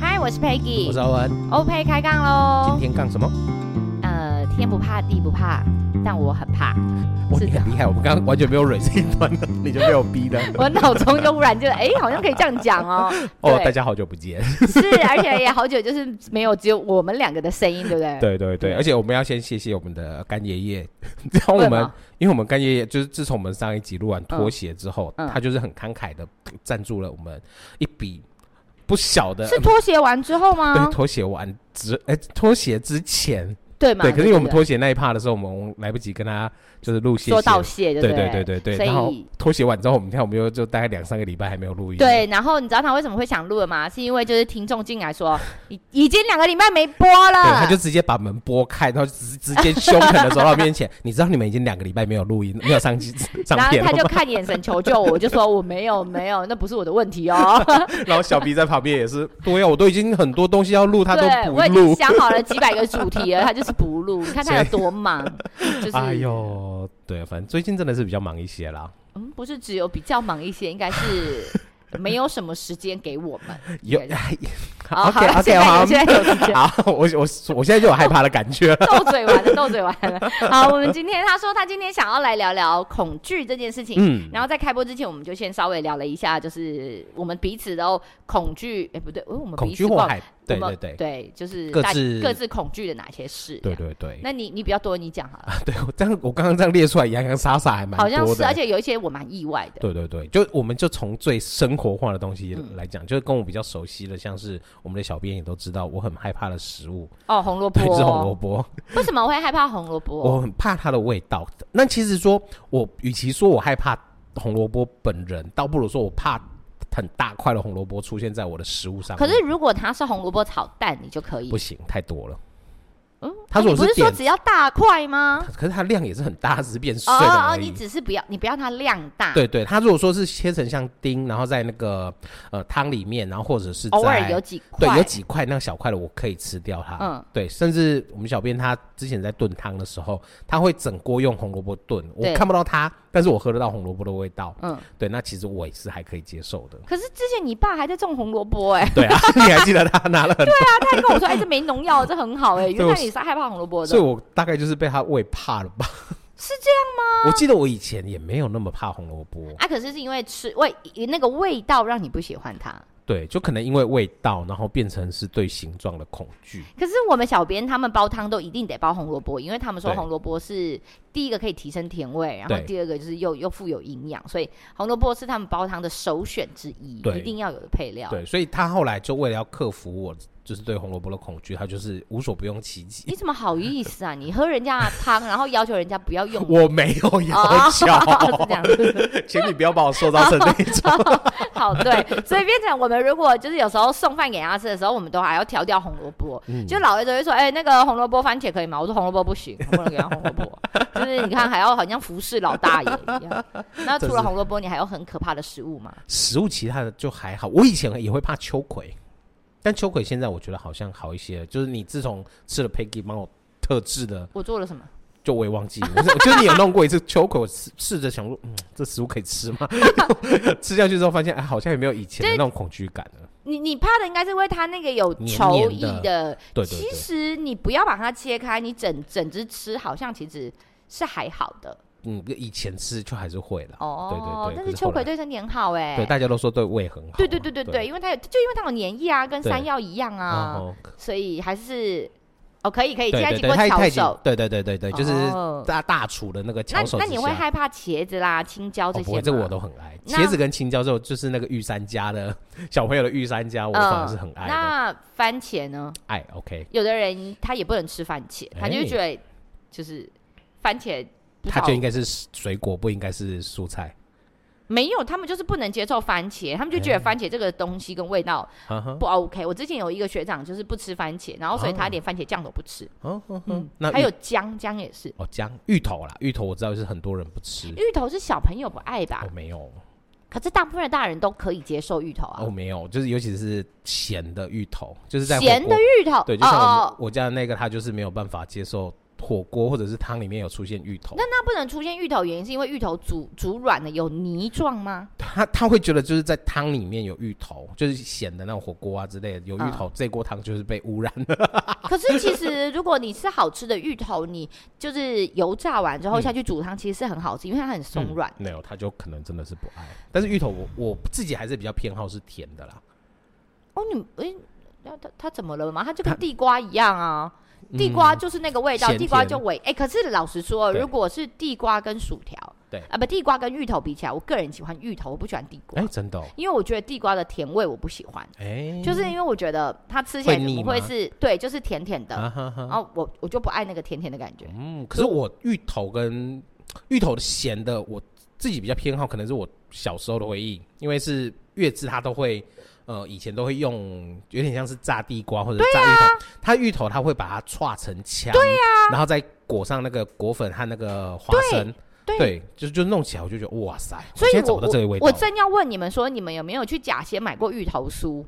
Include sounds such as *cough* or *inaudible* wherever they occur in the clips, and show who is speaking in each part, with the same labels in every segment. Speaker 1: 嗨，我是 Peggy，
Speaker 2: 我是欧文，
Speaker 1: OK 开杠喽。
Speaker 2: 今天干什么？
Speaker 1: 呃，天不怕地不怕，但我很怕。 *laughs*
Speaker 2: 我
Speaker 1: 哦是
Speaker 2: 哦你
Speaker 1: 的
Speaker 2: 很厉害，我们刚刚完全没有蕊这一段 *laughs* 的，你就被我
Speaker 1: *laughs*
Speaker 2: 逼的。
Speaker 1: 我脑中就忽然就哎、好像可以这样讲
Speaker 2: *laughs*
Speaker 1: 哦。
Speaker 2: 哦，
Speaker 1: 对
Speaker 2: 大家好久不见。
Speaker 1: 是，而且也好久就是没有只有我们两个的声音，对不对？
Speaker 2: 对对对，
Speaker 1: 对
Speaker 2: 而且我们要先谢谢我们的干
Speaker 1: *laughs*
Speaker 2: 爷爷，然后
Speaker 1: 为
Speaker 2: 我
Speaker 1: 什么
Speaker 2: 们，因为我们干爷爷就是自从我们上一集录完拖鞋之后，啊
Speaker 1: 嗯嗯
Speaker 2: 他就是很慷慨的赞助了我们一笔不小的。
Speaker 1: 是拖鞋完之后吗
Speaker 2: 对，？拖鞋完之哎、拖鞋之前，
Speaker 1: 对嘛？
Speaker 2: 对，可是因为我们
Speaker 1: 对
Speaker 2: 拖鞋那一趴的时候，我们来不及跟他就是录谢
Speaker 1: 说道
Speaker 2: 谢，
Speaker 1: 谢，对
Speaker 2: 对
Speaker 1: 不对
Speaker 2: 对对对
Speaker 1: 所
Speaker 2: 然后
Speaker 1: 以。
Speaker 2: 拖鞋完之后，我们看我们又就大概两三个礼拜还没有录音，
Speaker 1: 对，然后你知道他为什么会想录了吗？是因为就是听众进来
Speaker 2: *laughs*
Speaker 1: 说，已已经两个礼拜没播了，
Speaker 2: 对，他就直接把门拨开，然后直直接凶狠的走到我面前。你知道你们已经两个礼拜没有录音，没有上机上 *laughs*
Speaker 1: 然后
Speaker 2: 片
Speaker 1: 他
Speaker 2: 了
Speaker 1: 就
Speaker 2: 吗？
Speaker 1: 看眼神求救我，我就说我没有没有，那不是我的问题哦。
Speaker 2: 然后小 B 在旁边也是，对呀、我都已经很多东西要录，他都
Speaker 1: 对，
Speaker 2: 不
Speaker 1: 我已经
Speaker 2: 录。
Speaker 1: 想好了几百个主题了，他就是不录。你看他有多
Speaker 2: *laughs*
Speaker 1: 忙，就是、
Speaker 2: 哎呦，对，反正最近真的是比较忙一些 *laughs* 啦。
Speaker 1: 嗯，不是只有比较忙一些，应该是
Speaker 2: *laughs*
Speaker 1: 没有什么时间给我们。
Speaker 2: 有
Speaker 1: 对好好
Speaker 2: OK
Speaker 1: 了，
Speaker 2: OK
Speaker 1: 现在
Speaker 2: 好
Speaker 1: 有，现在有时间。
Speaker 2: 好， *laughs* 我我我现在就有害怕的感 *laughs* 觉了。
Speaker 1: 斗嘴完了，斗嘴完了。好，我们今天他说他今天想要来聊聊恐惧这件事情。
Speaker 2: 嗯，
Speaker 1: 然后在开播之前，我们就先稍微聊了一下，就是我们彼此都恐惧，哎，不对，哦我们
Speaker 2: 恐
Speaker 1: 彼
Speaker 2: 惧
Speaker 1: 此
Speaker 2: 或
Speaker 1: 吧
Speaker 2: 害，对
Speaker 1: 我们
Speaker 2: 对对
Speaker 1: 对，就是
Speaker 2: 各
Speaker 1: 大
Speaker 2: 自
Speaker 1: 各自恐惧的哪些事？
Speaker 2: 对。对对。 *laughs*
Speaker 1: 那你你比较多，你讲好了，
Speaker 2: 对，我这样我刚刚这样列出来，洋洋洒洒还蛮
Speaker 1: 好
Speaker 2: 多的。
Speaker 1: 像是，而且有一些我蛮意外的。
Speaker 2: 对对对，就我们就从最生活化的东西
Speaker 1: 嗯
Speaker 2: 来讲，就是跟我比较熟悉的，像是我们的小编也都知道，我很害怕的
Speaker 1: *laughs*
Speaker 2: 食物，
Speaker 1: 哦，红萝卜
Speaker 2: 对，，就是红萝卜，
Speaker 1: 为什么我会害怕红萝卜？哦
Speaker 2: 我很怕它的味道。那其实说我，与其说我害怕红萝卜本人，倒不如说我怕很大块的红萝卜出现在我的食物上
Speaker 1: 可
Speaker 2: 面。
Speaker 1: 是如果它是红萝卜炒蛋，你就可以
Speaker 2: 不。行，太多了。
Speaker 1: 嗯，
Speaker 2: 他
Speaker 1: 啊你
Speaker 2: 说我
Speaker 1: 不
Speaker 2: 是
Speaker 1: 是说
Speaker 2: 点，
Speaker 1: 只要大块吗？
Speaker 2: 可是它量也是很大，只是变碎
Speaker 1: 哦
Speaker 2: 了
Speaker 1: 哦，
Speaker 2: 而
Speaker 1: 你
Speaker 2: 已。
Speaker 1: 只是不要，你不要它量大，
Speaker 2: 对对，它如果说是切成像丁，然后在那个呃汤里面，然后或者是
Speaker 1: 偶尔
Speaker 2: 在
Speaker 1: 有几块，
Speaker 2: 对，有几块那个小块的我可以吃掉它。
Speaker 1: 嗯
Speaker 2: 对，甚至我们小编他之前在炖汤的时候，他会整锅用红萝卜炖，我
Speaker 1: 对
Speaker 2: 看不到它，但是我喝得到红萝卜的味道。
Speaker 1: 嗯。。
Speaker 2: 对，那其实我也是还可以接受的
Speaker 1: 可是之前你爸还在种红萝卜哎，
Speaker 2: 对啊， *laughs* 你还记得他拿了
Speaker 1: *laughs*
Speaker 2: 很多，
Speaker 1: 他还跟我说哎这没农药，这很好哎，
Speaker 2: 对
Speaker 1: 原
Speaker 2: 我
Speaker 1: 来
Speaker 2: 是
Speaker 1: 你是害怕红萝卜
Speaker 2: *laughs* 所以
Speaker 1: 的，
Speaker 2: 我大概就是被他喂怕了吧？
Speaker 1: *laughs* 是这样
Speaker 2: 我记得我以前也没有那么怕红萝卜，
Speaker 1: 啊？可是是因为吃味那个味道让你不喜欢它。
Speaker 2: 对，就可能因为味道，然后变成是对形状的恐惧。
Speaker 1: 可是我们小编他们煲汤都一定得煲红萝卜，因为他们说
Speaker 2: 对
Speaker 1: 红萝卜是第一个可以提升甜味，然后
Speaker 2: 对
Speaker 1: 第二个就是又又富有营养，所以红萝卜是他们煲汤的首选之一，
Speaker 2: 对
Speaker 1: 一定要有的配料。
Speaker 2: 对，所以他后来就为了要克服我就是对红萝卜的恐惧，他就是无所不用其极。
Speaker 1: 你怎么好意思啊？你喝人家的汤，然后要求人家不要用
Speaker 2: *laughs* 我没有要 *laughs*
Speaker 1: 哦
Speaker 2: 求，
Speaker 1: 是这样 *laughs* 子，
Speaker 2: 请你不要把我塑造成那
Speaker 1: *laughs*
Speaker 2: 种。
Speaker 1: 好对，所以变成我们如果就是有时候送饭给他吃的时候，我们都还要挑掉红萝卜。
Speaker 2: 嗯
Speaker 1: 就老一都会说，哎、那个红萝卜番茄可以吗？我说红萝卜不行，我不能给他红萝卜。就是你看，还要好像服侍老大爷一样。那除了红萝卜，你还有很可怕的食物吗？
Speaker 2: 食物其他的就还好，我以前也会怕秋葵，但秋葵现在我觉得好像好一些了。就是你自从吃了 Peggy 帮我特制的，
Speaker 1: 我做了什么？
Speaker 2: 就我也忘记了。
Speaker 1: *laughs*
Speaker 2: 我是就是你有弄过一次秋葵，我试试着想说，嗯，这食物可以吃吗？ *laughs* 吃下去之后发现，哎，好像也没有以前的那种恐惧感了。
Speaker 1: 你你怕的应该是因为它那个有
Speaker 2: 黏
Speaker 1: 稠
Speaker 2: 黏
Speaker 1: 液
Speaker 2: 的对对
Speaker 1: 其
Speaker 2: 对，
Speaker 1: 实你不要把它切开，你整整只吃，好像其实是还好的
Speaker 2: 嗯，以前吃就还是会了。
Speaker 1: 哦。
Speaker 2: 对对对
Speaker 1: 但
Speaker 2: 可
Speaker 1: 是
Speaker 2: 是
Speaker 1: 秋
Speaker 2: 后
Speaker 1: 葵
Speaker 2: 来
Speaker 1: 对身体很好哎、
Speaker 2: 对，大家都说对胃很好嘛。
Speaker 1: 对对对对对，因为它有，就因为它有粘液啊，跟
Speaker 2: 对
Speaker 1: 山药一样啊，
Speaker 2: 哦
Speaker 1: 所以还是哦可以可以，现
Speaker 2: 对
Speaker 1: 在
Speaker 2: 对
Speaker 1: 经
Speaker 2: 对，
Speaker 1: 过
Speaker 2: 他
Speaker 1: 巧
Speaker 2: 他已经
Speaker 1: 手，
Speaker 2: 对对对对对，就是
Speaker 1: 哦
Speaker 2: 大大厨的那个巧
Speaker 1: 那
Speaker 2: 手
Speaker 1: 那
Speaker 2: 之
Speaker 1: 你会
Speaker 2: 下
Speaker 1: 害怕茄子啦、青椒这
Speaker 2: 哦、不
Speaker 1: 些
Speaker 2: 会，这
Speaker 1: 吗
Speaker 2: 我都很爱。
Speaker 1: 那
Speaker 2: 茄子跟青椒肉就是那个御三家的小朋友的御三家，我反而是很爱的。
Speaker 1: 嗯那番茄呢？
Speaker 2: 爱 OK，
Speaker 1: 有的人他也不能吃番茄，他就
Speaker 2: 哎
Speaker 1: 觉得就是番茄不
Speaker 2: 它
Speaker 1: 好
Speaker 2: 就应该是水果，不应该是蔬菜。
Speaker 1: 没有，他们就是不能接受番茄，他们就觉得番茄这个东西跟味道
Speaker 2: 哈哈，
Speaker 1: 不 OK。我之前有一个学长就是不吃番茄，然后所以他连番茄酱都不吃，
Speaker 2: 哦哦哦
Speaker 1: 嗯，
Speaker 2: 啊那
Speaker 1: 还
Speaker 2: 芋
Speaker 1: 有姜姜也是。
Speaker 2: 哦姜芋头啦，芋头我知道是很多人不吃，
Speaker 1: 芋头啊是小朋友不爱吧
Speaker 2: 我、？没有，
Speaker 1: 可是大部分的大人都可以接受芋头
Speaker 2: 我、
Speaker 1: 啊，
Speaker 2: 没有，就是尤其是哦咸的芋头，就是在火
Speaker 1: 咸的
Speaker 2: 锅
Speaker 1: 芋头，
Speaker 2: 对，就像我们、
Speaker 1: 哦哦，
Speaker 2: 我家的那个，他就是没有办法接受火锅或者是汤里面有出现芋头
Speaker 1: 那，那不能出现芋头，原因是因为芋头煮煮软了有泥状
Speaker 2: *laughs*
Speaker 1: 吗？
Speaker 2: 他他会觉得就是在汤里面有芋头，就是咸的那种火锅啊之类的有芋头，
Speaker 1: 嗯
Speaker 2: 这锅汤就是被污染了。
Speaker 1: 可是其实如果你吃好吃的芋头，你就是油炸完
Speaker 2: 嗯
Speaker 1: 之后下去煮汤，其实是很好吃，因为它很松软。
Speaker 2: 没有，他就可能真的是不爱。但是芋头我我自己还是比较偏好是甜的啦。
Speaker 1: 哦，你诶，那它它怎么了吗？它就跟地瓜一样啊，地瓜就是那个味道，
Speaker 2: 嗯咸
Speaker 1: 地瓜
Speaker 2: 甜
Speaker 1: 就味。诶，可是老实说，
Speaker 2: 对
Speaker 1: 如果是地瓜跟薯条，
Speaker 2: 对
Speaker 1: 啊不，地瓜跟芋头比起来，我个人喜欢芋头，我不喜欢地瓜
Speaker 2: 哎、，真的、哦，
Speaker 1: 因为我觉得地瓜的甜味我不喜欢，
Speaker 2: 哎、
Speaker 1: 就是因为我觉得它吃起来
Speaker 2: 会腻
Speaker 1: 不会
Speaker 2: 吗
Speaker 1: 是对，就是甜甜的，
Speaker 2: 啊哈哈
Speaker 1: 然后我我就不爱那个甜甜的感觉。
Speaker 2: 嗯，可是我芋头跟芋头的咸的，我自己比较偏好，可能是我小时候的回忆，因为是月字它都会，呃，以前都会用，有点像是炸地瓜或者
Speaker 1: 啊
Speaker 2: 炸芋头，它芋头它会把它串成腔，对呀、然后再裹上那个果粉和那个花生，
Speaker 1: 啊对
Speaker 2: 就就弄起来，我就觉得哇塞，
Speaker 1: 所以
Speaker 2: 我现在
Speaker 1: 我
Speaker 2: 找不到这个味道
Speaker 1: 我
Speaker 2: 了。
Speaker 1: 正要问你们说，你们有没有去假鞋买过芋头酥？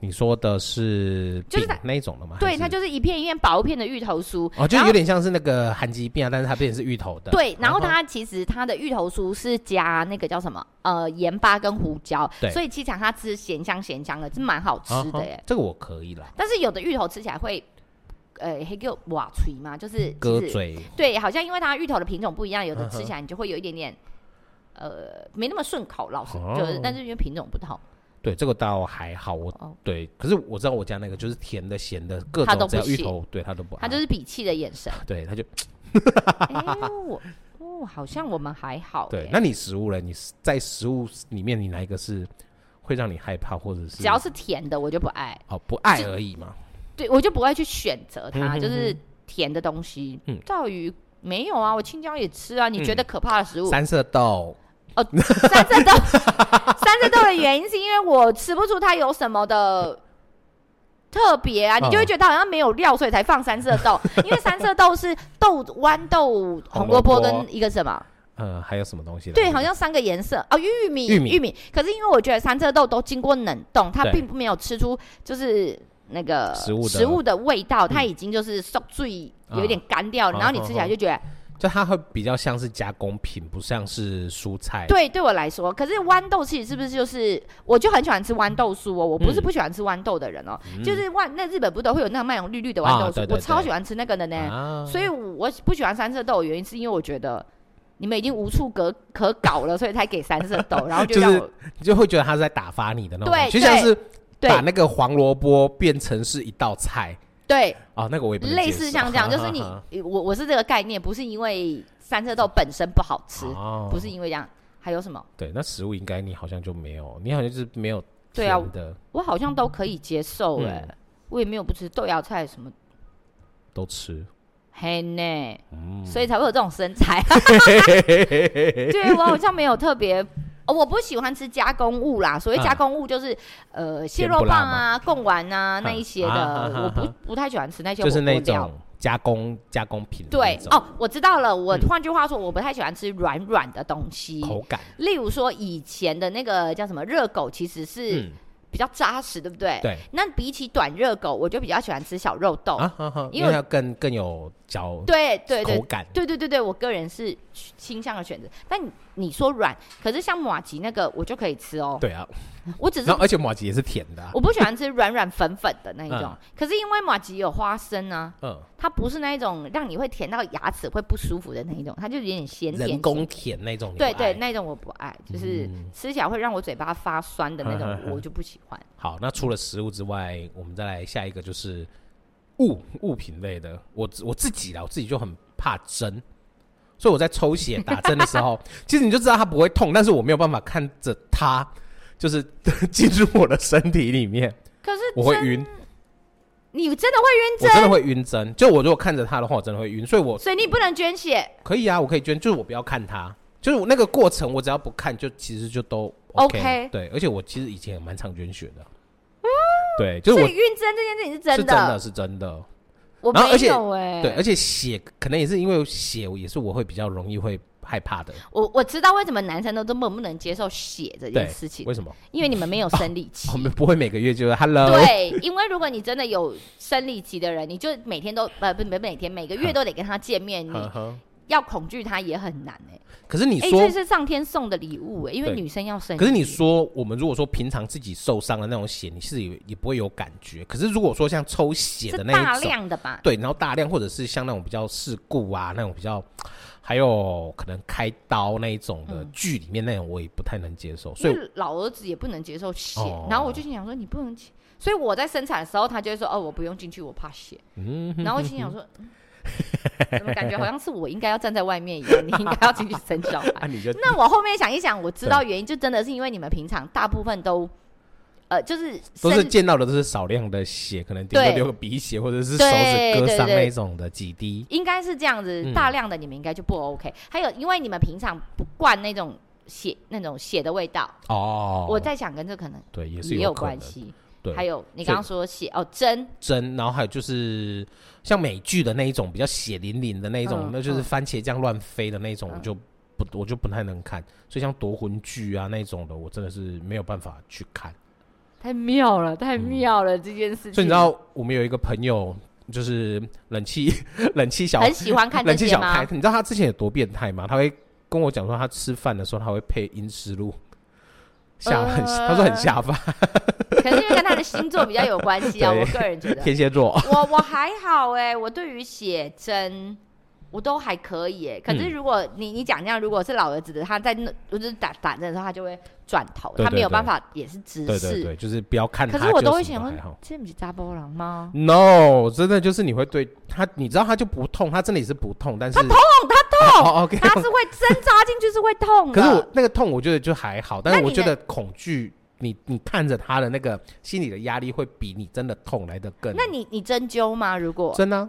Speaker 2: 你说的是
Speaker 1: 就是
Speaker 2: 饼
Speaker 1: 它
Speaker 2: 那一种的吗？还
Speaker 1: 对，
Speaker 2: 是
Speaker 1: 它就是一片一片薄片的芋头酥。
Speaker 2: 哦，就
Speaker 1: 然后
Speaker 2: 有点嗯像是那个韩吉饼啊，但是它变成是芋头的，
Speaker 1: 对，然后它其实它的芋头酥是加那个叫什么呃盐巴跟胡椒
Speaker 2: 对，
Speaker 1: 所以其实它吃咸香咸香的，是蛮好吃
Speaker 2: 啊
Speaker 1: 的
Speaker 2: 哈
Speaker 1: 耶。
Speaker 2: 这个我可以啦。
Speaker 1: 但是有的芋头吃起来会，呃，黑个瓦锤嘛，就是
Speaker 2: 割
Speaker 1: 其实
Speaker 2: 嘴，
Speaker 1: 对，好像因为它芋头的品种不一样，有的
Speaker 2: 嗯哼
Speaker 1: 吃起来你就会有一点点，呃，没那么顺口，老实
Speaker 2: 哦
Speaker 1: 就是，但是因为品种不同，
Speaker 2: 对这个倒还好，我、
Speaker 1: 哦
Speaker 2: 对，可是我知道我家那个就是甜的、咸的，各
Speaker 1: 他都
Speaker 2: 种只要
Speaker 1: 不
Speaker 2: 芋
Speaker 1: 行
Speaker 2: 头，对他都不爱，啊
Speaker 1: 它就是鄙弃的眼神。
Speaker 2: *laughs* 对他就
Speaker 1: 哎，我哦，好像我们还好
Speaker 2: 对
Speaker 1: 耶。。
Speaker 2: 那你食物嘞？你是在食物里面，你哪一个是会让你害怕，或者是
Speaker 1: 只要是甜的，我就不爱，
Speaker 2: 哦不爱
Speaker 1: 是
Speaker 2: 而已嘛？
Speaker 1: 对我就不会去选择
Speaker 2: 嗯
Speaker 1: 它，
Speaker 2: 哼
Speaker 1: 就是甜的东西
Speaker 2: 嗯。
Speaker 1: 鲍鱼没有啊，我青椒也吃啊。你觉得可怕的食物？
Speaker 2: 三色豆
Speaker 1: 哦， *laughs* 三色豆，三色豆的原因是因为我吃不出它有什么的。特别啊，你就会
Speaker 2: 嗯
Speaker 1: 觉得它好像没有料，所以才放三色
Speaker 2: *laughs*
Speaker 1: 豆。因为三色豆是豆、豌豆、红萝卜
Speaker 2: 红萝卜
Speaker 1: 跟一个什么？
Speaker 2: 呃，还有什么东西来着？
Speaker 1: 对，好像三个颜色哦，玉米，
Speaker 2: 玉米
Speaker 1: 可是因为我觉得三色豆都经过冷冻，它
Speaker 2: 对
Speaker 1: 并没有吃出就是那个
Speaker 2: 食物的
Speaker 1: 的味道，它已经就是受罪，
Speaker 2: 嗯
Speaker 1: 有一点干掉了。
Speaker 2: 啊
Speaker 1: 然后你吃起来就觉得，
Speaker 2: 就它会比较像是加工品，不像是蔬菜。
Speaker 1: 对，对我来说，可是豌豆其实是不是就是，我就很喜欢吃豌豆酥哦，我不是
Speaker 2: 嗯
Speaker 1: 不喜欢吃豌豆的人哦，就是豌那日本不都会有那个卖那种绿绿的豌豆酥，
Speaker 2: 啊对对
Speaker 1: 我超喜欢吃那个的呢。
Speaker 2: 啊，
Speaker 1: 所以我不喜欢三色豆的原因是因为我觉得。你们已经无处可可搞了，所以才给三色豆，然后就
Speaker 2: 就是
Speaker 1: 让我
Speaker 2: 你就会觉得它是在打发你的那种感
Speaker 1: 对
Speaker 2: 觉，就像
Speaker 1: 对
Speaker 2: 是
Speaker 1: 对
Speaker 2: 把那个黄萝卜变成是一道菜
Speaker 1: 对
Speaker 2: 哦，那个我也不能
Speaker 1: 类
Speaker 2: 接
Speaker 1: 似
Speaker 2: 受
Speaker 1: 像
Speaker 2: *laughs*
Speaker 1: 这样，就是你我我是这个概念，不是因为三色豆本身不好吃，
Speaker 2: 哦
Speaker 1: 不是因为这样。还有什么？
Speaker 2: 对，那食物应该你好像就没有，你好像就是没有
Speaker 1: 对啊
Speaker 2: 甜的
Speaker 1: 我好像都可以接受哎、
Speaker 2: 嗯
Speaker 1: 我也没有不吃豆芽菜什么
Speaker 2: 都吃，
Speaker 1: 嘿呢，
Speaker 2: 嗯，
Speaker 1: 所以才会有这种身材。 *laughs* 对我好像没有特别。哦我不喜欢吃加工物啦，所谓加工物就是、呃蟹
Speaker 2: 嗯甜
Speaker 1: 肉
Speaker 2: 不辣
Speaker 1: 棒啊、贡丸啊那一些的，
Speaker 2: 啊啊啊啊
Speaker 1: 我不不太喜欢吃那些火
Speaker 2: 就
Speaker 1: 锅
Speaker 2: 是那
Speaker 1: 料
Speaker 2: 种加工加工品的
Speaker 1: 对
Speaker 2: 那种嗯
Speaker 1: 哦，我知道了。我换句话说，我不太喜欢吃软软的东西，
Speaker 2: 口感，
Speaker 1: 例如说以前的那个叫什么热狗，其实是
Speaker 2: 嗯，
Speaker 1: 比较扎实，对不对？
Speaker 2: 对
Speaker 1: 那比起短热狗，我就比较喜欢吃小肉豆。
Speaker 2: 啊哈哈，
Speaker 1: 哦因为
Speaker 2: 因为它更更有嚼
Speaker 1: 对对
Speaker 2: 口
Speaker 1: 对。
Speaker 2: 感，
Speaker 1: 对对对对，我个人是倾向的选择。但你你说软，可是像马吉那个我就可以吃哦。
Speaker 2: 对啊，
Speaker 1: 我只是
Speaker 2: 然后而且马吉也是甜的啊，
Speaker 1: 我不喜欢吃软软粉粉的那一种
Speaker 2: 嗯。
Speaker 1: 可是因为马吉有花生啊，
Speaker 2: 嗯，
Speaker 1: 它不是那一种让你会甜到牙齿会不舒服的那一种，它就有点咸甜
Speaker 2: 人
Speaker 1: 咸
Speaker 2: 工甜那种你不
Speaker 1: 对
Speaker 2: 爱，
Speaker 1: 对，那种我不爱，就是
Speaker 2: 嗯，
Speaker 1: 吃起来会让我嘴巴发酸的那种
Speaker 2: 嗯
Speaker 1: 我就不喜欢。
Speaker 2: 好，那除了食物之外，我们再来下一个就是物物品类的。我自我自己啦，我自己就很怕针，所以我在抽血打针的时候， *laughs* 其实你就知道它不会痛，但是我没有办法看着它就是 *laughs* 进入我的身体里面，
Speaker 1: 可是
Speaker 2: 我会
Speaker 1: 真，
Speaker 2: 晕，
Speaker 1: 你真的会晕
Speaker 2: 我真的
Speaker 1: 针，
Speaker 2: 会晕针。就我如果看着它的话，我真的会晕，所以我
Speaker 1: 所以你不能捐血。
Speaker 2: 可以啊，我可以捐，就是我不要看它。就是我那个过程，我只要不看，就其实就都 OK,
Speaker 1: OK 嗯
Speaker 2: 对，而且我其实以前也蛮常捐血的，对，就是
Speaker 1: 所
Speaker 2: 我
Speaker 1: 以晕针这件事情是
Speaker 2: 是
Speaker 1: 真
Speaker 2: 真的是真的，
Speaker 1: 我
Speaker 2: 然后
Speaker 1: 没
Speaker 2: 而且
Speaker 1: 有哎。
Speaker 2: 对，而且血可能也是因为血，也是我会比较容易会害怕的。
Speaker 1: 我我知道为什么男生都这么不能接受血这件
Speaker 2: 对
Speaker 1: 事，情，
Speaker 2: 为什么？ *laughs*
Speaker 1: 因为你们没有生理期。
Speaker 2: 哦我呃们不会每个月就是
Speaker 1: *laughs*
Speaker 2: Hello，
Speaker 1: 对，因为如果你真的有生理期的人，你就每天都呃不不每天每个月都得跟他见面，
Speaker 2: 呵
Speaker 1: 你
Speaker 2: 呵
Speaker 1: 要恐惧他也很难哎、
Speaker 2: 可呃是你
Speaker 1: 哎、
Speaker 2: 说，
Speaker 1: 这是上天送的礼物哎、因为
Speaker 2: 对
Speaker 1: 女生要生理期。
Speaker 2: 可是你说，我们如果说平常自己受伤的那种血，你是也也不会有感觉。可是如果说像抽血
Speaker 1: 是
Speaker 2: 的
Speaker 1: 大
Speaker 2: 那一种，
Speaker 1: 量的吧？
Speaker 2: 对，然后大量或者是像那种比较事故啊，那种比较，还有可能开刀那一种
Speaker 1: 嗯
Speaker 2: 的剧里面那种，我也不太能接受。所
Speaker 1: 因
Speaker 2: 以
Speaker 1: 为老儿子也不能接受血，
Speaker 2: 哦
Speaker 1: 然后我就心想说你不能接，所以我在生产的时候，他就会说哦我不用进去，我怕血。然后我心想说，嗯怎么感觉好像是我应该要站在外面一样，你应该要进去生小
Speaker 2: 啊， *laughs*
Speaker 1: 孩。
Speaker 2: 你就
Speaker 1: 那我后面想一想，我知道原因就真的是因为你们平常大部分都，呃，就是
Speaker 2: 都是
Speaker 1: 生
Speaker 2: 见到的都是少量的血，可能顶多
Speaker 1: 对
Speaker 2: 流个鼻血或者是手
Speaker 1: 对
Speaker 2: 指割
Speaker 1: 对
Speaker 2: 伤
Speaker 1: 对
Speaker 2: 那种的几滴。
Speaker 1: 应该是这样子，
Speaker 2: 嗯
Speaker 1: 大量的你们应该就不 OK。还有，因为你们平常不惯那种血那种血的味道，
Speaker 2: 哦，
Speaker 1: 我在想跟这可能
Speaker 2: 对也是
Speaker 1: 也
Speaker 2: 有可
Speaker 1: 关
Speaker 2: 能。
Speaker 1: 系。
Speaker 2: 对，
Speaker 1: 还有你
Speaker 2: 所以
Speaker 1: 刚刚说血哦针，
Speaker 2: 针，然后还有就是像美剧的那一种比较血淋淋的那一种，
Speaker 1: 嗯
Speaker 2: 那就是番茄酱乱飞的那一种，
Speaker 1: 嗯
Speaker 2: 我就不我就不太能看。所以像夺魂剧啊那一种的，我真的是没有办法去看。
Speaker 1: 太妙了，太妙了、这件事情。
Speaker 2: 嗯所以你知道，我们有一个朋友就是冷气 *laughs* 冷气小
Speaker 1: 很喜欢看这
Speaker 2: 冷气
Speaker 1: 些
Speaker 2: 小
Speaker 1: 吗
Speaker 2: 开，？你知道他之前有多变态吗？他会跟我讲说，他吃饭的时候他会配阴湿露。下
Speaker 1: 呃
Speaker 2: 很，他说很下饭，
Speaker 1: *laughs* 可能因为跟他的星座比较有关系啊。
Speaker 2: *laughs* 对
Speaker 1: 我个人觉得，
Speaker 2: 天蝎座。
Speaker 1: 我我还好哎、我对于写真我都还可以哎、
Speaker 2: 嗯
Speaker 1: 可是如果你你讲这样，如果是老儿子的，他在那就是打打针的时候，他就会转头，
Speaker 2: 对
Speaker 1: 他没有
Speaker 2: 对对
Speaker 1: 办法也是直
Speaker 2: 对对
Speaker 1: 视。
Speaker 2: 对，就是不要看他
Speaker 1: 可
Speaker 2: 就
Speaker 1: 是
Speaker 2: 什么还好。
Speaker 1: 我都会想问，这不是扎波浪
Speaker 2: *laughs*
Speaker 1: 吗？
Speaker 2: No，真的就是你会对他，你知道他就不痛，他真的也是不痛，但是他痛，
Speaker 1: 他痛，
Speaker 2: 哦，OK。 *laughs*
Speaker 1: 他是会针扎进去是会痛的。
Speaker 2: 可是我那个痛，我觉得就还好，但
Speaker 1: 那
Speaker 2: 是
Speaker 1: 你
Speaker 2: 我觉得恐惧，你你看着他的那个心理的压力，会比你真的痛来的更。
Speaker 1: 那你你针灸吗？如果
Speaker 2: 真的啊、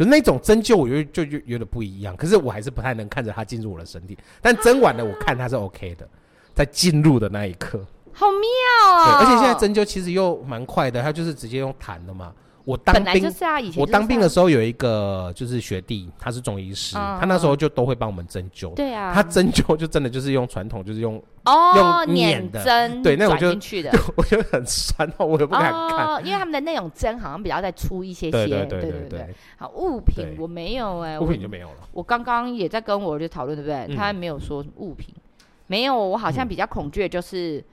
Speaker 2: 可是那种针灸，我觉得就就有点不一样。可是我还是不太能看着他进入我的身体，但针完了，我看他是 OK 的，在进入的那一刻。
Speaker 1: 好妙
Speaker 2: 对，
Speaker 1: 哦！
Speaker 2: 而且现在针灸其实又蛮快的，他就是直接用弹的嘛。我当
Speaker 1: 本来
Speaker 2: 兵
Speaker 1: 就是啊，以前就
Speaker 2: 我
Speaker 1: 是
Speaker 2: 当兵
Speaker 1: 啊
Speaker 2: 的时候有一个就是学弟，他是中医师，
Speaker 1: 嗯
Speaker 2: 他那时候就都会帮我们针灸。
Speaker 1: 对啊，
Speaker 2: 他针灸就真的就是用传统，就是用，
Speaker 1: 哦，
Speaker 2: 用
Speaker 1: 捻
Speaker 2: 捻的
Speaker 1: 针
Speaker 2: 对那我
Speaker 1: 转
Speaker 2: 就
Speaker 1: 进去的
Speaker 2: *laughs* 我觉得很酸哦，我也 *laughs* 不敢看。
Speaker 1: 哦，因为他们的那种针好像比较在出一些些，
Speaker 2: 对对对
Speaker 1: 对
Speaker 2: 对
Speaker 1: 对。
Speaker 2: 对，
Speaker 1: 好，物品
Speaker 2: 对
Speaker 1: 我没有哎，
Speaker 2: 物
Speaker 1: 我
Speaker 2: 品就没有了。
Speaker 1: 我刚刚也在跟我儿子讨论，对不对？
Speaker 2: 嗯
Speaker 1: 他没有说物品，没有，我好像比较恐惧的就是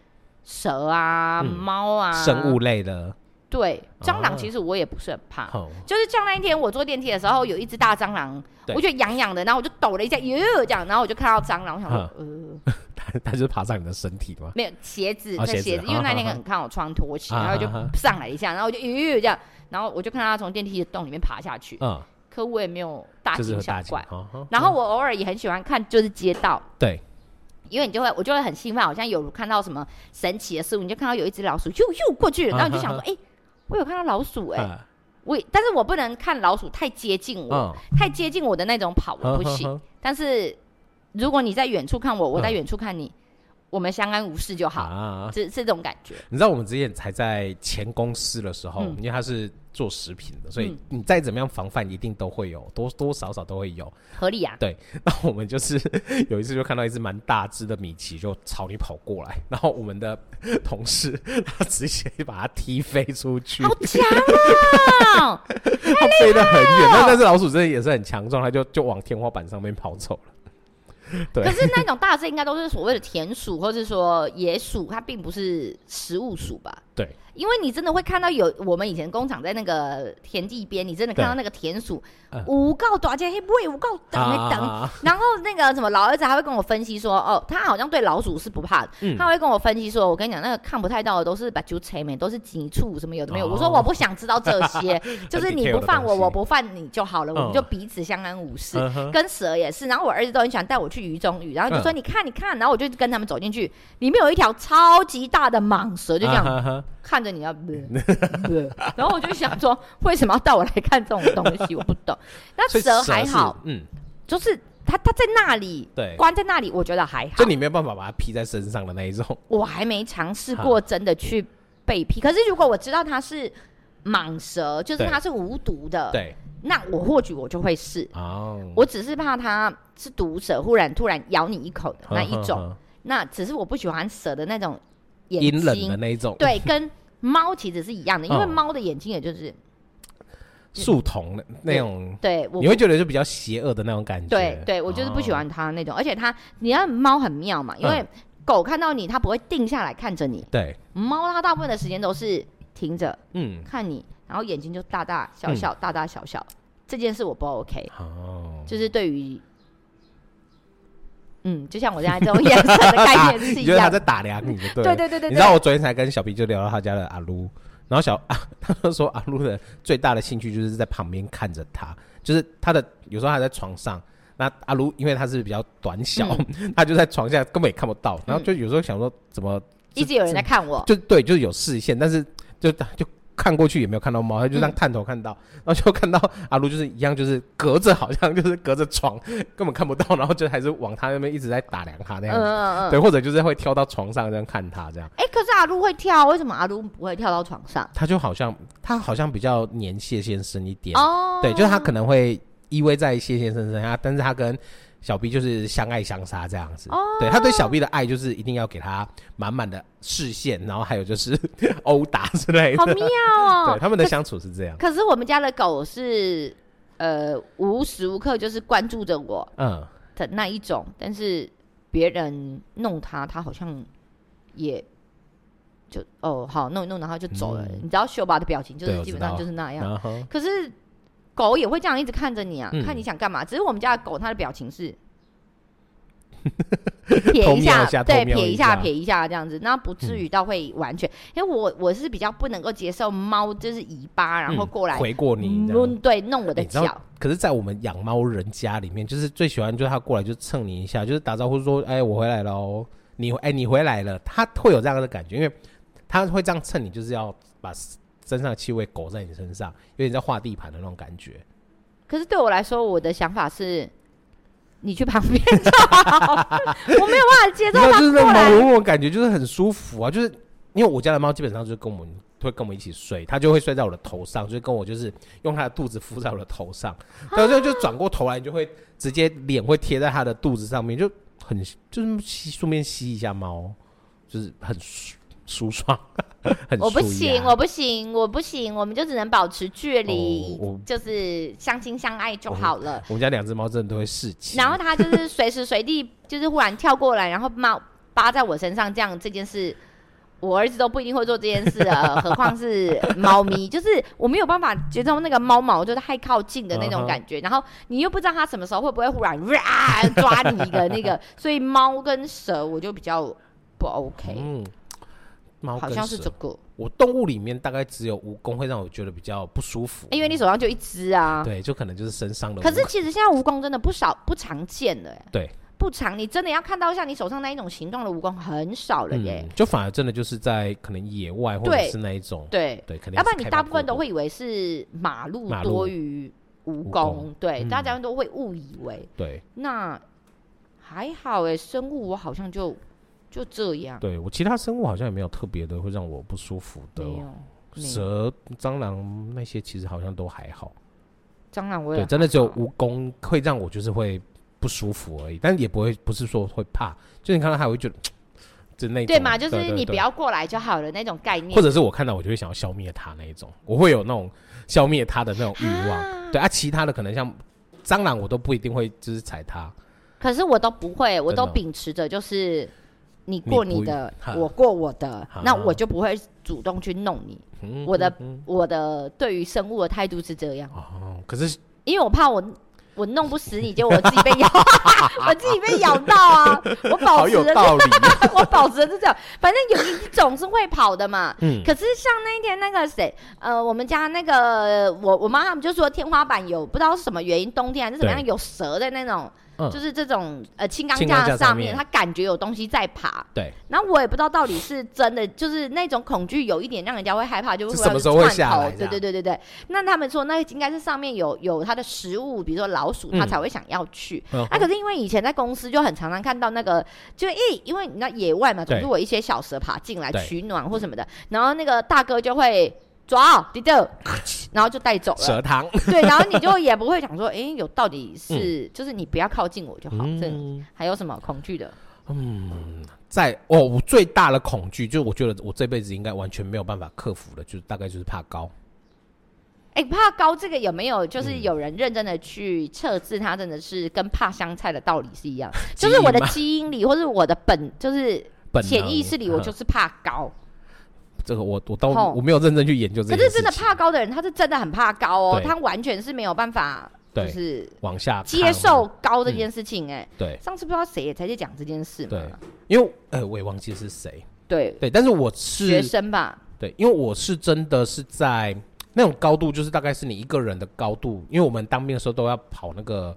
Speaker 1: 蛇啊、
Speaker 2: 嗯
Speaker 1: 猫啊、
Speaker 2: 生物。类的，
Speaker 1: 对，蟑
Speaker 2: 哦
Speaker 1: 螂其实我也不是很怕。
Speaker 2: *laughs* 好，
Speaker 1: 就是像那一天我坐电梯的时候，有一只大蟑螂，
Speaker 2: 对
Speaker 1: 我觉得痒痒的，然后我就抖了一下，哟，这样，然后我就看到蟑螂，我想
Speaker 2: 嗯
Speaker 1: 说，呃，
Speaker 2: 他他就是爬上你的身体嘛。
Speaker 1: 没有鞋子，
Speaker 2: 哦
Speaker 1: 在
Speaker 2: 鞋子
Speaker 1: 鞋子，因为
Speaker 2: 啊
Speaker 1: 那天
Speaker 2: 啊啊
Speaker 1: 可能看我穿拖鞋，
Speaker 2: 啊
Speaker 1: 然后就
Speaker 2: 啊啊
Speaker 1: 上来一下，然后我就咦这样，然后我就看他从电梯的洞里面爬下去，
Speaker 2: 嗯，
Speaker 1: 可我也没有大
Speaker 2: 就是
Speaker 1: 惊
Speaker 2: 很
Speaker 1: 小
Speaker 2: 大惊
Speaker 1: 怪。。
Speaker 2: 哦哦
Speaker 1: 然后我偶尔也很喜欢看，就是街道，
Speaker 2: 对，
Speaker 1: 因为你就会我就会很兴奋，好像有看到什么神奇的事物，你就看到有一只老鼠咻咻过去，
Speaker 2: 啊
Speaker 1: 然后你就想说，
Speaker 2: 啊
Speaker 1: 哎，我有看到老鼠哎，
Speaker 2: 嗯
Speaker 1: 我但是我不能看老鼠太接近我，
Speaker 2: 嗯，
Speaker 1: 太接近我的那种跑我不行。
Speaker 2: 嗯。
Speaker 1: 但是如果你在远处看我，我在
Speaker 2: 嗯
Speaker 1: 远处看你，我们相安无事就
Speaker 2: 好
Speaker 1: 好，
Speaker 2: 啊，
Speaker 1: 这这种感觉。
Speaker 2: 你知道我们之前才在前公司的时候，
Speaker 1: 嗯
Speaker 2: 因为他是做食品的，所以
Speaker 1: 嗯
Speaker 2: 你再怎么样防范，一定都会有多多少少都会有。 *laughs*
Speaker 1: 合理啊，
Speaker 2: 然后我们就是 *laughs* 有一次就看到一只蛮大只的米奇就朝你跑过来，然后我们的同事他直接把它踢飞出去，
Speaker 1: 好强啊！
Speaker 2: 它飞得很远。但但是老鼠真的也是很强壮，它就就往天花板上面跑走了。 *laughs* 对
Speaker 1: 可是那种大只应该都是所谓的田鼠，或是说野鼠，它并不是食物鼠吧？
Speaker 2: 对，
Speaker 1: 因为你真的会看到有我们以前工厂在那个田地边，你真的看到
Speaker 2: 对
Speaker 1: 那个田鼠
Speaker 2: 嗯
Speaker 1: 五告短剑黑喂五告等的等。
Speaker 2: 啊 *laughs*
Speaker 1: 然后那个什么老儿子还会跟我分析说，哦，他好像对老鼠是不怕的，
Speaker 2: 嗯
Speaker 1: 他会跟我分析说，我跟你讲，那个看不太到的都是把酒催眠，都是急促什么有的没有。
Speaker 2: 哦
Speaker 1: 我说我不想知道这
Speaker 2: *laughs*
Speaker 1: 些，就是你不犯我，
Speaker 2: 很 detail 的东西
Speaker 1: 我不犯你就好了，我们
Speaker 2: 嗯
Speaker 1: 就彼此相安无事。
Speaker 2: *laughs* 嗯哼
Speaker 1: 跟蛇也是，然后我儿子都很喜欢带我去鱼中鱼，然后就说
Speaker 2: 嗯
Speaker 1: 你看你看，然后我就跟他们走进去，里面有一条超级大的蟒蛇，就这样
Speaker 2: 啊哈哈
Speaker 1: 看着你
Speaker 2: *laughs*
Speaker 1: 要，然后我就想说，为什么要带我来看这种东西？我不懂。那
Speaker 2: 所以
Speaker 1: 蛇还
Speaker 2: 是
Speaker 1: 好，，
Speaker 2: 嗯，
Speaker 1: 就是它它在那里
Speaker 2: 对
Speaker 1: 关在那里，我觉得还好
Speaker 2: 就。你没有办法把它披在身上的那一种。
Speaker 1: 我还没尝试过真的去被劈，可是如果我知道它是蟒蛇，就是
Speaker 2: 对
Speaker 1: 它是无毒的，
Speaker 2: 对，
Speaker 1: 那我或许呃我就会试。
Speaker 2: 哦，
Speaker 1: 我只是怕它是毒蛇，忽然突然咬你一口的那一
Speaker 2: 呵呵
Speaker 1: 种。
Speaker 2: 呵
Speaker 1: 那只是我不喜欢蛇的那种眼
Speaker 2: 嗯阴冷
Speaker 1: 睛，
Speaker 2: 的那一种，，
Speaker 1: 对，跟猫其实是一样的，因为
Speaker 2: 嗯
Speaker 1: 猫的眼睛也就是
Speaker 2: 树童的那种，
Speaker 1: 对我
Speaker 2: 你。会觉得就比较邪恶的那种感觉。
Speaker 1: 对对，我就是不喜
Speaker 2: 哦。嗯
Speaker 1: 欢它那种，而且它，你看猫很妙嘛，因为狗看到你，它不会定下来看着你，
Speaker 2: 对，
Speaker 1: 猫它大部分的时间都是停着
Speaker 2: 嗯，
Speaker 1: 看你，然后眼睛就大大小小、大大小小，这件事我不 OK，
Speaker 2: 哦，
Speaker 1: 就是对于，嗯，就像我现在这种眼神的概念是
Speaker 2: *laughs* 你
Speaker 1: 一
Speaker 2: 觉得他
Speaker 1: 样
Speaker 2: 在
Speaker 1: 的，
Speaker 2: 打量你就对了。
Speaker 1: 对对对对
Speaker 2: 你知道
Speaker 1: 对，
Speaker 2: 我昨天才跟小 B 就聊到他家的阿撸，然后小 *laughs* 啊，他就说阿撸的最大的兴趣就是在旁边看着他，就是他的有时候还在床上。那阿撸因为他是比较短小，
Speaker 1: 嗯
Speaker 2: 他就在床下根本也看不到，然后就有时候想说怎么
Speaker 1: 一直有人在看我，
Speaker 2: 就对，就是有视线，但是就就看过去也没有看到猫，他
Speaker 1: 嗯
Speaker 2: 就这样探头看到，然后就看到阿卢就是一样，就是隔着好像就是隔着床根本看不到，然后就还是往他那边一直在打量他
Speaker 1: 嗯
Speaker 2: 那样子，
Speaker 1: 嗯嗯。
Speaker 2: 对，或者就是会跳到床上这样看他这样，
Speaker 1: 哎、可是阿撸会跳，为什么阿撸不会跳到床上？
Speaker 2: 他就好像他好像比较黏谢先生一点， *laughs*
Speaker 1: 哦，
Speaker 2: 对，就是他可能会依偎在谢先生身上，但是他跟小 B 就是相爱相杀这样子。
Speaker 1: 哦
Speaker 2: 对他对小 B 的爱就是一定要给他满满的视线，然后还有就是 *laughs* 殴打之类的。
Speaker 1: 好妙哦。
Speaker 2: 对，他们的相处是这样。
Speaker 1: 可是我们家的狗是呃无时无刻就是关注着我
Speaker 2: 嗯，
Speaker 1: 的那一种，但是别人弄它，它好像也就哦好弄一弄，然后就走了。
Speaker 2: 嗯
Speaker 1: 你知道秀宝的表情就
Speaker 2: 对
Speaker 1: 是
Speaker 2: 我
Speaker 1: 基
Speaker 2: 知
Speaker 1: 本
Speaker 2: 道
Speaker 1: 上就是那样。
Speaker 2: 然后
Speaker 1: 可是狗也会这样一直看着你啊，
Speaker 2: 嗯
Speaker 1: 看你想干嘛。只是我们家的狗它的表情
Speaker 2: *laughs*
Speaker 1: 是撇
Speaker 2: 偷
Speaker 1: 一
Speaker 2: 瞄
Speaker 1: 下，
Speaker 2: 一下
Speaker 1: 对，
Speaker 2: 偷瞄
Speaker 1: 撇
Speaker 2: 一
Speaker 1: 一下，
Speaker 2: 下嗯
Speaker 1: 撇一下这样子，那不至于到会完全。因为我我是比较不能够接受猫就是尾巴然后
Speaker 2: 嗯
Speaker 1: 过来。
Speaker 2: 回过你这样。哎
Speaker 1: 抡对，弄我的
Speaker 2: 你知
Speaker 1: 脚
Speaker 2: 道，可是，在我们养猫人家里面，就是最喜欢就是他过来就蹭你一下，就是打招呼说：“哎，我回来喽，你哎你回来了。”他会有这样的感觉，因为他会这样蹭你，就是要把身上的气味狗在你身上，有点在画地盘的那种感觉。
Speaker 1: 可是对我来说，我的想法是，你去旁边就
Speaker 2: *laughs*
Speaker 1: 好，我没有办法接受
Speaker 2: 没有
Speaker 1: 它
Speaker 2: 就是
Speaker 1: 过
Speaker 2: 那
Speaker 1: 来。
Speaker 2: 种我我感觉就是很舒服啊，就是因为我家的猫基本上就是跟我们会跟我们一起睡，它就会睡在我的头上，就是跟我就是用它的肚子敷在我的头上，然后就就转过头来，你就会直接脸会贴在它的肚子上面，就很就是吸顺便吸一下猫，就是很舒舒爽， *laughs* 很
Speaker 1: 我不
Speaker 2: 舒压
Speaker 1: 行，我不行，我不行，我们就只能保持距离，
Speaker 2: 哦我哦
Speaker 1: 就是相亲相爱就好了。
Speaker 2: 我们家两只猫真的都会试气，
Speaker 1: 然后它就是 *laughs* 随时随地就是忽然跳过来，然后猫扒在我身上，这样这件事，我儿子都不一定会做这件事了，何况是猫咪。就是我没有办法接受那个猫毛就是太靠近的那
Speaker 2: 嗯哼
Speaker 1: 种感觉，然后你又不知道它什么时候会不会忽然啊抓你一个那个，所以猫跟蛇我就比较不 OK，
Speaker 2: 嗯，猫
Speaker 1: 好
Speaker 2: 跟
Speaker 1: 像是
Speaker 2: 蛇
Speaker 1: 这个，
Speaker 2: 我动物里面大概只有蜈蚣会让我觉得比较不舒服，
Speaker 1: 啊
Speaker 2: 嗯
Speaker 1: 因为你手上就一只啊。
Speaker 2: 对，就可能就是身上的蜈蚣。
Speaker 1: 可是其实现在蜈蚣真的不少不常见了、欸，
Speaker 2: 对，
Speaker 1: 不常，你真的要看到像你手上那一种形状的蜈蚣很少了耶、
Speaker 2: 嗯，就反而真的就是在可能野外或者
Speaker 1: 对
Speaker 2: 是那一种，
Speaker 1: 对，
Speaker 2: 对，可能
Speaker 1: 要不
Speaker 2: 也
Speaker 1: 然你
Speaker 2: 是开
Speaker 1: 大
Speaker 2: 发
Speaker 1: 部分
Speaker 2: 过
Speaker 1: 都会以为是马路
Speaker 2: 马路
Speaker 1: 多于蜈
Speaker 2: 蜈
Speaker 1: 蚣
Speaker 2: 蚣，
Speaker 1: 对，
Speaker 2: 嗯
Speaker 1: 大家都会误以为。
Speaker 2: 对
Speaker 1: 那还好哎，生物我好像就就这样，
Speaker 2: 对，我其他生物好像也没有特别的会让我不舒服的
Speaker 1: 没，有。没有
Speaker 2: 蛇、蟑螂那些其实好像都还好，
Speaker 1: 蟑螂我也
Speaker 2: 对，真的只有
Speaker 1: 还好
Speaker 2: 蜈蚣会让我就是会不舒服而已，但也不会不是说会怕，就你看到它我会觉得，嗯就那
Speaker 1: 对
Speaker 2: 种
Speaker 1: 嘛，就是你不。
Speaker 2: 对对
Speaker 1: 要过来就好了那种概念。
Speaker 2: 或者是我看到我就会想要消灭它那一种，我会有那种消灭它的那种欲望。对啊，其他的可能像蟑螂，我都不一定会就是踩它。
Speaker 1: 可是我都不会，我
Speaker 2: 真的
Speaker 1: 都
Speaker 2: 哦
Speaker 1: 秉持着就是你过
Speaker 2: 你不
Speaker 1: 你的
Speaker 2: 哈，
Speaker 1: 我过我的
Speaker 2: 哈，
Speaker 1: 那我就不会主动去弄你。
Speaker 2: 嗯
Speaker 1: 我的
Speaker 2: 嗯
Speaker 1: 我的对于生物的态度是这样，
Speaker 2: 哦，可是
Speaker 1: 因为我怕我我弄不死你，结果我自己被咬， *laughs* 我自己被咬到啊！我保
Speaker 2: 好
Speaker 1: 持
Speaker 2: 有
Speaker 1: 的是，
Speaker 2: 道理。
Speaker 1: *laughs* 我保持的是这样，反正有一种是会跑的嘛。
Speaker 2: 嗯，
Speaker 1: 可是像那一天那个谁，呃，我们家那个我我妈他们就说天花板有不知道是什么原因，冬天还是怎么样
Speaker 2: 对
Speaker 1: 有蛇在那种，
Speaker 2: 嗯
Speaker 1: 就是这种呃轻钢
Speaker 2: 轻钢
Speaker 1: 架
Speaker 2: 架上
Speaker 1: 上
Speaker 2: 面
Speaker 1: 面，它感觉有东西在爬。
Speaker 2: 对，
Speaker 1: 然后我也不知道到底是真的，就是那种恐惧有一点让人家会害怕，就是会
Speaker 2: 什么时候会下来
Speaker 1: 窜头对对对对对。那他们说，那应该是上面有有它的食物，比如说老鼠，
Speaker 2: 嗯
Speaker 1: 它才会想要去。
Speaker 2: 嗯
Speaker 1: 那、可是因为以前在公司就很常常看到那个，就一因为你知道野外嘛，
Speaker 2: 对
Speaker 1: 总是我一些小蛇爬进来
Speaker 2: 对
Speaker 1: 取暖或什么的，然后那个大哥就会左迪豆，然后就带走了。
Speaker 2: *laughs* 蛇汤，
Speaker 1: 对，然后你就也不会想说，哎、有到底是、就是你不要靠近我就好。这
Speaker 2: 嗯
Speaker 1: 还有什么恐惧的？
Speaker 2: 嗯，在哦，我最大的恐惧就是我觉得我这辈子应该完全没有办法克服的，就是大概就是怕高。
Speaker 1: 哎、怕高这个有没有就是有人认真的去测试，它真的是跟怕香菜的道理是
Speaker 2: *laughs*
Speaker 1: 一样，就是我的
Speaker 2: 基因嘛
Speaker 1: 基因里或是我的本就是
Speaker 2: 本能
Speaker 1: 潜意识里，我就
Speaker 2: 嗯
Speaker 1: 是怕高。
Speaker 2: *laughs* 这个我我都
Speaker 1: 吼
Speaker 2: 我没有认真去研究这
Speaker 1: 可
Speaker 2: 件
Speaker 1: 是
Speaker 2: 事
Speaker 1: 真的
Speaker 2: 情
Speaker 1: 怕高的人，他是真的很怕高哦，
Speaker 2: 对
Speaker 1: 他完全是没有办法就
Speaker 2: 对
Speaker 1: 是
Speaker 2: 往下
Speaker 1: 接
Speaker 2: 看
Speaker 1: 受高这件事情、哎、
Speaker 2: 对，
Speaker 1: 上次不知道谁才在讲这件事嘛？
Speaker 2: 因为呃我也忘记是谁
Speaker 1: 对，
Speaker 2: 对，但是我
Speaker 1: 学
Speaker 2: 是
Speaker 1: 生吧，
Speaker 2: 对，因为我是真的是在那种高度，就是大概是你一个人的高度，因为我们当兵的时候都要跑那个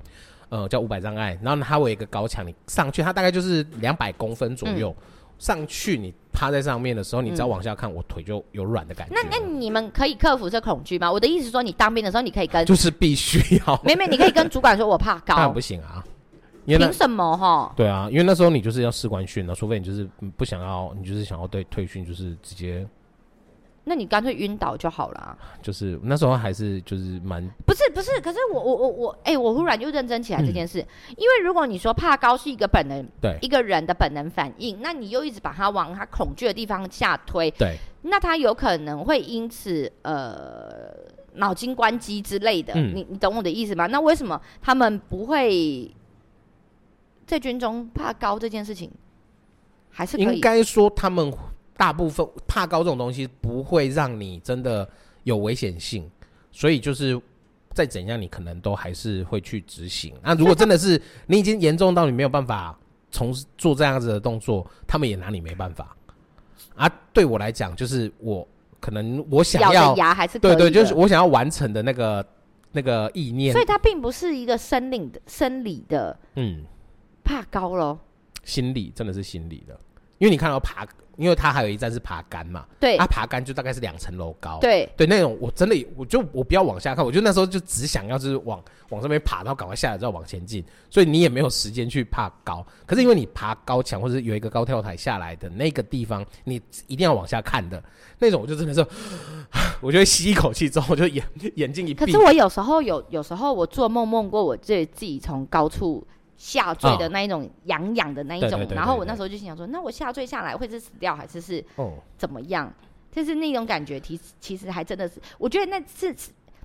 Speaker 2: 呃叫五百障碍，然后它会有一个高墙，你上去它大概就是两百公分左右，
Speaker 1: 嗯
Speaker 2: 上去你趴在上面的时候，你只要往下看，我腿就有软的感觉
Speaker 1: 那，那你们可以克服这恐惧吗？我的意思说，你当兵的时候，你可以跟
Speaker 2: 就是必须要，
Speaker 1: 妹妹，你可以跟主管说我怕
Speaker 2: 当然
Speaker 1: 高
Speaker 2: 不，行啊，因为
Speaker 1: 凭
Speaker 2: 那。
Speaker 1: 什么哈？
Speaker 2: 对啊，因为那时候你就是要士官训了，除非你就是嗯不想要，你就是想要对退训，就是直接
Speaker 1: 那你干脆晕倒就好了。啊
Speaker 2: 就是那时候还是就是蛮
Speaker 1: 不是不是，可是我我我我，哎、我忽然又认真起来这件事，因为如果你说怕高是一个本能，
Speaker 2: 嗯对
Speaker 1: 一个人的本能反应，那你又一直把他往他恐惧的地方下推，
Speaker 2: 对，
Speaker 1: 那他有可能会因此呃脑筋关机之类的。
Speaker 2: 嗯
Speaker 1: 你你懂我的意思吗？那为什么他们不会在军中怕高这件事情还是可
Speaker 2: 应
Speaker 1: 以？
Speaker 2: 该说他们大部分怕高这种东西不会让你真的有危险性，所以就是再怎样你可能都还是会去执行。那如果真的
Speaker 1: *laughs*
Speaker 2: 是你已经严重到你没有办法从事做这样子的动作，他们也拿你没办法。啊，对我来讲，就是我可能我想
Speaker 1: 咬
Speaker 2: 要
Speaker 1: 着牙还是可以
Speaker 2: 对
Speaker 1: 的
Speaker 2: 对，就是我想要完成的那个那个意念
Speaker 1: 所，以它并不是一个生理的生理的
Speaker 2: 嗯，
Speaker 1: 怕高咯。
Speaker 2: 心理真的是心理的，因为你看到爬，因为它还有一站是爬杆嘛，
Speaker 1: 对、
Speaker 2: 它啊爬杆就大概是两层楼高，
Speaker 1: 对，
Speaker 2: 对，那种我真的我就我不要往下看，我就那时候就只想要就是往往上面爬，然后赶快下来，再往前进，所以你也没有时间去爬高。可是因为你爬高墙或者是有一个高跳台下来的那个地方，你一定要往下看的那种，我就真的是， *sighs* 我就会吸一口气之后，我就眼眼睛一
Speaker 1: 可
Speaker 2: 闭
Speaker 1: 是，我有时候有有时候我做梦梦过我自己自己从高处。下坠的
Speaker 2: 哦
Speaker 1: 那一种痒痒的那一
Speaker 2: 对
Speaker 1: 种，
Speaker 2: 对对
Speaker 1: 然后
Speaker 2: 对
Speaker 1: 我那
Speaker 2: 对
Speaker 1: 时候就心想说，那我下坠下来会是死掉还是是
Speaker 2: 哦，
Speaker 1: 怎么样，就是那种感觉。其实其实还真的是，我觉得那是。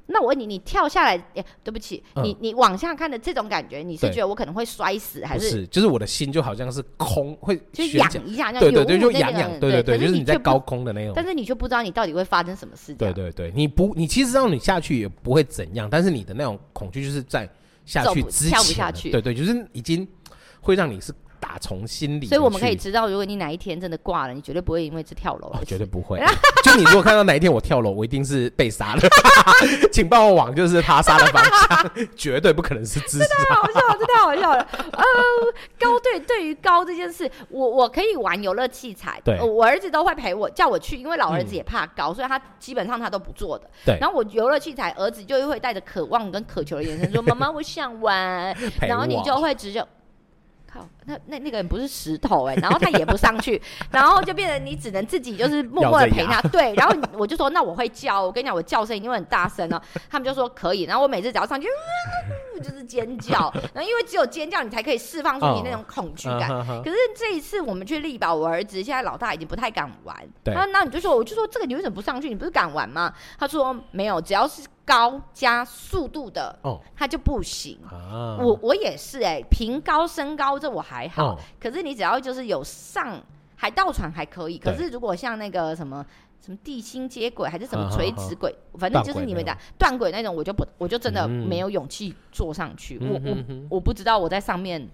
Speaker 1: 那我问你，你跳下来，哎、对不起，
Speaker 2: 嗯
Speaker 1: 你你往下看的这种感觉，你是
Speaker 2: 对
Speaker 1: 觉得我可能会摔死，还
Speaker 2: 不
Speaker 1: 是
Speaker 2: 是，就是我的心就好像是空，会
Speaker 1: 就
Speaker 2: 悬
Speaker 1: 痒
Speaker 2: 起来，
Speaker 1: 一下，那
Speaker 2: 对
Speaker 1: 有
Speaker 2: 对对，
Speaker 1: 雾
Speaker 2: 就
Speaker 1: 那
Speaker 2: 痒
Speaker 1: 个
Speaker 2: 痒，对对
Speaker 1: 对，
Speaker 2: 对，就是是你在
Speaker 1: 却不
Speaker 2: 高，空的那种
Speaker 1: 但。是你就不知道你到底会发生什么事。
Speaker 2: 对，对对，你不，你其实让你下去也不会怎样，但是你的那种恐惧就是在下去
Speaker 1: 走不
Speaker 2: 之前
Speaker 1: 跳
Speaker 2: 了，
Speaker 1: 不下去
Speaker 2: 对对，就是已经会让你是打从心里，
Speaker 1: 所以我们可以。知道，如果你哪一天真的挂了，你绝对不会因为这跳楼而
Speaker 2: 哦，
Speaker 1: 死。
Speaker 2: 绝对
Speaker 1: *laughs*
Speaker 2: 不会。就你如果看到哪一天我跳楼，我一定是被杀的。 *laughs* 请帮我往就是他杀的方向，绝对不可能是自
Speaker 1: *laughs*
Speaker 2: 杀。
Speaker 1: 太好笑了，这太好笑了。呃，高对，对于高这件事，我我可以玩游乐器材，
Speaker 2: 对
Speaker 1: 呃我儿子都会陪我叫我去，因为老儿子
Speaker 2: 嗯
Speaker 1: 也怕高，所以他基本上他都不做的。
Speaker 2: 对
Speaker 1: 然后我游乐器材，儿子就会带着渴望跟渴求的眼神说：“ *laughs* 妈妈，我想玩。”啊
Speaker 2: 陪
Speaker 1: 然后你
Speaker 2: 我
Speaker 1: 就会直接。靠，那那那个人不是石头哎、然后他也不上去， *laughs* 然后就变成你只能自己就是默默的陪他。对，然后我就说那我会叫，我跟你讲我叫声一定会很大声哦。他们就说可以，然后我每次只要上去， *laughs* 嗯就是尖叫，然后因为只有尖叫你才可以释放出你那种恐惧
Speaker 2: 嗯
Speaker 1: 感。
Speaker 2: 哼哼
Speaker 1: 可是这一次我们去力保，我儿子现在老大已经不太敢玩。
Speaker 2: 对
Speaker 1: 然后那你就说，我就说这个你为什么不上去？你不是敢玩吗？他说没有，只要是高加速度的，
Speaker 2: 哦
Speaker 1: 他就不行。
Speaker 2: 啊，
Speaker 1: 我我也是哎、凭高升高这我还好，
Speaker 2: 哦
Speaker 1: 可是你只要就是有上海盗船还可以，
Speaker 2: 对
Speaker 1: 可是如果像那个什么什么地心接轨还是什么
Speaker 2: 啊
Speaker 1: 垂直轨，反正就是你们讲断轨那种，我就不我就真的
Speaker 2: 嗯
Speaker 1: 没有勇气坐上去，
Speaker 2: 嗯
Speaker 1: 我
Speaker 2: 哼哼
Speaker 1: 我我不知道我在上面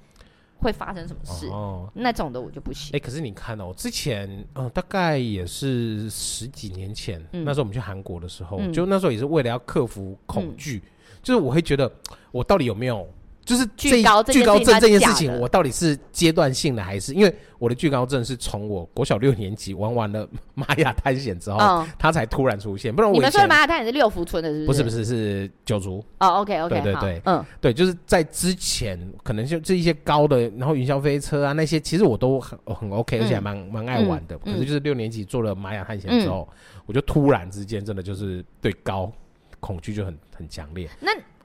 Speaker 1: 会发生什么事，
Speaker 2: 哦，
Speaker 1: 那种的我就不行。
Speaker 2: 哎、可是你看哦，之前呃，大概也是十几年前，
Speaker 1: 嗯
Speaker 2: 那时候我们去韩国的时候，
Speaker 1: 嗯
Speaker 2: 就那时候也是为了要克服恐
Speaker 1: 嗯
Speaker 2: 惧，就是我会觉得我到底有没有，就是
Speaker 1: 惧
Speaker 2: 这
Speaker 1: 高这件
Speaker 2: 惧高
Speaker 1: 事情
Speaker 2: 症
Speaker 1: 它
Speaker 2: 这件
Speaker 1: 假
Speaker 2: 事情
Speaker 1: 的，
Speaker 2: 我到底是阶段性的还是因为我的惧高症是从我国小六年级玩完了 *laughs* 玛雅探险之后，
Speaker 1: 嗯
Speaker 2: 它才突然出现，不然我
Speaker 1: 你
Speaker 2: 以
Speaker 1: 们说的
Speaker 2: 前
Speaker 1: 麻辣烫也是六福村的，是
Speaker 2: 不是
Speaker 1: 是
Speaker 2: 不
Speaker 1: 是？
Speaker 2: 是是九族，
Speaker 1: 哦，OK OK，
Speaker 2: 对对对
Speaker 1: 嗯，
Speaker 2: 对，就是在之前可能就这一些高的，然后云霄飞车啊那些，其实我都很很 OK，、
Speaker 1: 嗯
Speaker 2: 而且还蛮蛮爱玩的。
Speaker 1: 嗯
Speaker 2: 可是就是六年级做了玛雅探险之后，我就突然之间真的就是对高恐惧就很很强烈。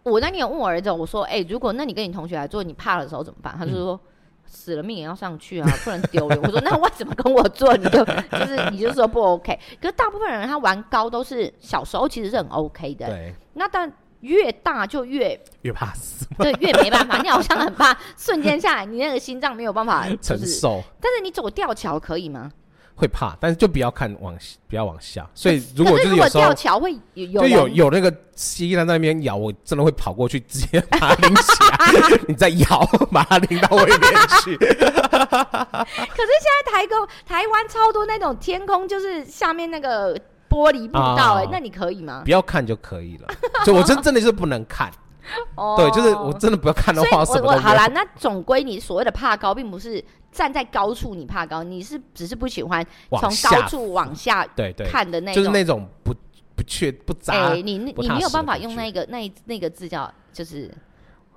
Speaker 1: 我那天有问我儿子，我说：“哎、如果那你跟你同学来做，你怕的时候怎么办？”他
Speaker 2: 嗯
Speaker 1: 就说：“死了命也要上去啊，不能丢脸。”我说：“那为什么跟我做？你就就是你就说不 OK？” 可是大部分人他玩高都是小时候其实是很 OK 的，
Speaker 2: 对，
Speaker 1: 那但越大就越
Speaker 2: 越怕死，
Speaker 1: 对越没办法，你好像很怕瞬间下来，你那个心脏没有办法就
Speaker 2: 承
Speaker 1: 是。
Speaker 2: 受
Speaker 1: 但是你走吊桥可以吗？
Speaker 2: 会怕，但是就不要看往不要往下。所以如果
Speaker 1: 可
Speaker 2: 就是是
Speaker 1: 如
Speaker 2: 有
Speaker 1: 果
Speaker 2: 时候
Speaker 1: 吊桥会有
Speaker 2: 就有
Speaker 1: 人
Speaker 2: 有那个蜥蜴在那边咬，我真的会跑过去直接把它拎
Speaker 1: *laughs*
Speaker 2: 起来，你再咬把它拎到我里面去。 *laughs*
Speaker 1: 可是现在台沟台湾超多那种天空，就是下面那个玻璃步道、哎、
Speaker 2: 啊
Speaker 1: 那你可以吗？
Speaker 2: 不要看就可以了。就我真真的是不能看，
Speaker 1: 哦
Speaker 2: 对，就是我真的不要看的
Speaker 1: 所以
Speaker 2: 话，什么啊
Speaker 1: 我
Speaker 2: 都不
Speaker 1: 我
Speaker 2: 要
Speaker 1: 好啦，那总归你所谓的怕高，并不是站在高处你怕高，你是只是不喜欢从
Speaker 2: 往
Speaker 1: 高
Speaker 2: 下，
Speaker 1: 处往下
Speaker 2: 对对，
Speaker 1: 看的那
Speaker 2: 就是
Speaker 1: 种。
Speaker 2: 那种不不确不
Speaker 1: 哎、
Speaker 2: 扎
Speaker 1: 你你
Speaker 2: 不
Speaker 1: 你
Speaker 2: 踏
Speaker 1: 没有
Speaker 2: 实
Speaker 1: 办
Speaker 2: 的
Speaker 1: 法
Speaker 2: 感
Speaker 1: 用
Speaker 2: 觉
Speaker 1: 那个那那个字叫就是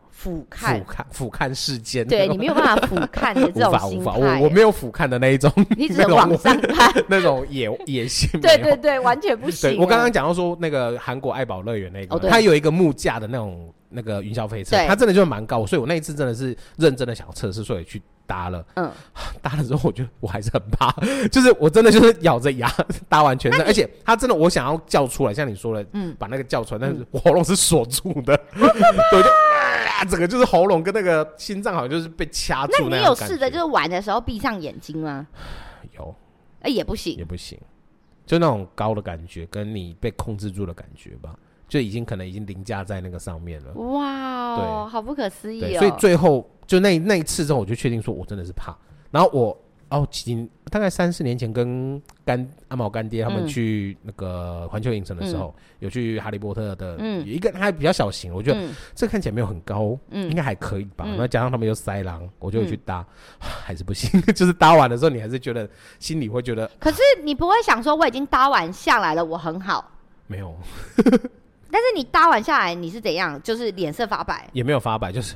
Speaker 1: 俯瞰
Speaker 2: 俯，瞰俯瞰世间，
Speaker 1: 对你没有办法俯瞰的这种
Speaker 2: 无法
Speaker 1: 心
Speaker 2: *laughs* 无
Speaker 1: 态
Speaker 2: 法，，我我没有俯瞰的那一种， *laughs*
Speaker 1: 你只
Speaker 2: 那
Speaker 1: 能
Speaker 2: 种
Speaker 1: 往上
Speaker 2: *laughs*
Speaker 1: 看。
Speaker 2: 那种野野性，
Speaker 1: 对
Speaker 2: 没有
Speaker 1: 对对，完全不行、哎
Speaker 2: 对，我刚刚讲到说那个韩国爱宝乐园那
Speaker 1: 哦
Speaker 2: 个，
Speaker 1: 对
Speaker 2: 它有一个木架的那种那个云霄飞车
Speaker 1: 对，
Speaker 2: 它真的就蛮高，所以我那一次真的是认真的想要测试，所以去搭了。
Speaker 1: 嗯，
Speaker 2: *laughs* 搭了之后，我觉得我还是很怕， *laughs* 就是我真的就是咬着牙 *laughs* 搭
Speaker 1: *laughs*
Speaker 2: 完全身，而且它真的我想要叫出来，像你说的，
Speaker 1: 嗯
Speaker 2: 把那个叫出来，但是我喉咙是锁住
Speaker 1: *laughs*
Speaker 2: 的，对，就啊，整个就是喉咙跟那个心脏好像就是被掐
Speaker 1: 那
Speaker 2: 住
Speaker 1: 你
Speaker 2: 样
Speaker 1: 有
Speaker 2: 感
Speaker 1: 试着就
Speaker 2: 觉
Speaker 1: 是玩的时候闭上眼睛吗？
Speaker 2: 有
Speaker 1: 哎、也不行
Speaker 2: 也不行，就那种高的感觉，跟你被控制住的感觉吧，就已经可能已经凌驾在那个上面了。
Speaker 1: 哇哦，好不可思议
Speaker 2: 对，
Speaker 1: 哦！
Speaker 2: 所以最后就那那一次之后，我就确定说我真的是怕。然后我哦，几年大概三四年前跟干阿毛干爹他们
Speaker 1: 嗯
Speaker 2: 去那个环球影城的时候，有去哈利波特的，
Speaker 1: 嗯
Speaker 2: 有一个它比较小型，我觉得
Speaker 1: 嗯
Speaker 2: 这看起来没有很高，
Speaker 1: 嗯
Speaker 2: 应该还可以吧。
Speaker 1: 嗯
Speaker 2: 那加上他们又塞狼，我就有去搭， *laughs* 还是不行。 *laughs* 就是搭完的时候，你还是觉得心里会觉得
Speaker 1: 可是你不会想说我已经搭完下来了，我很好。
Speaker 2: 没有，，
Speaker 1: 但是你搭完下来，你是怎样？就是脸色发白
Speaker 2: *laughs* 也没有发白，就是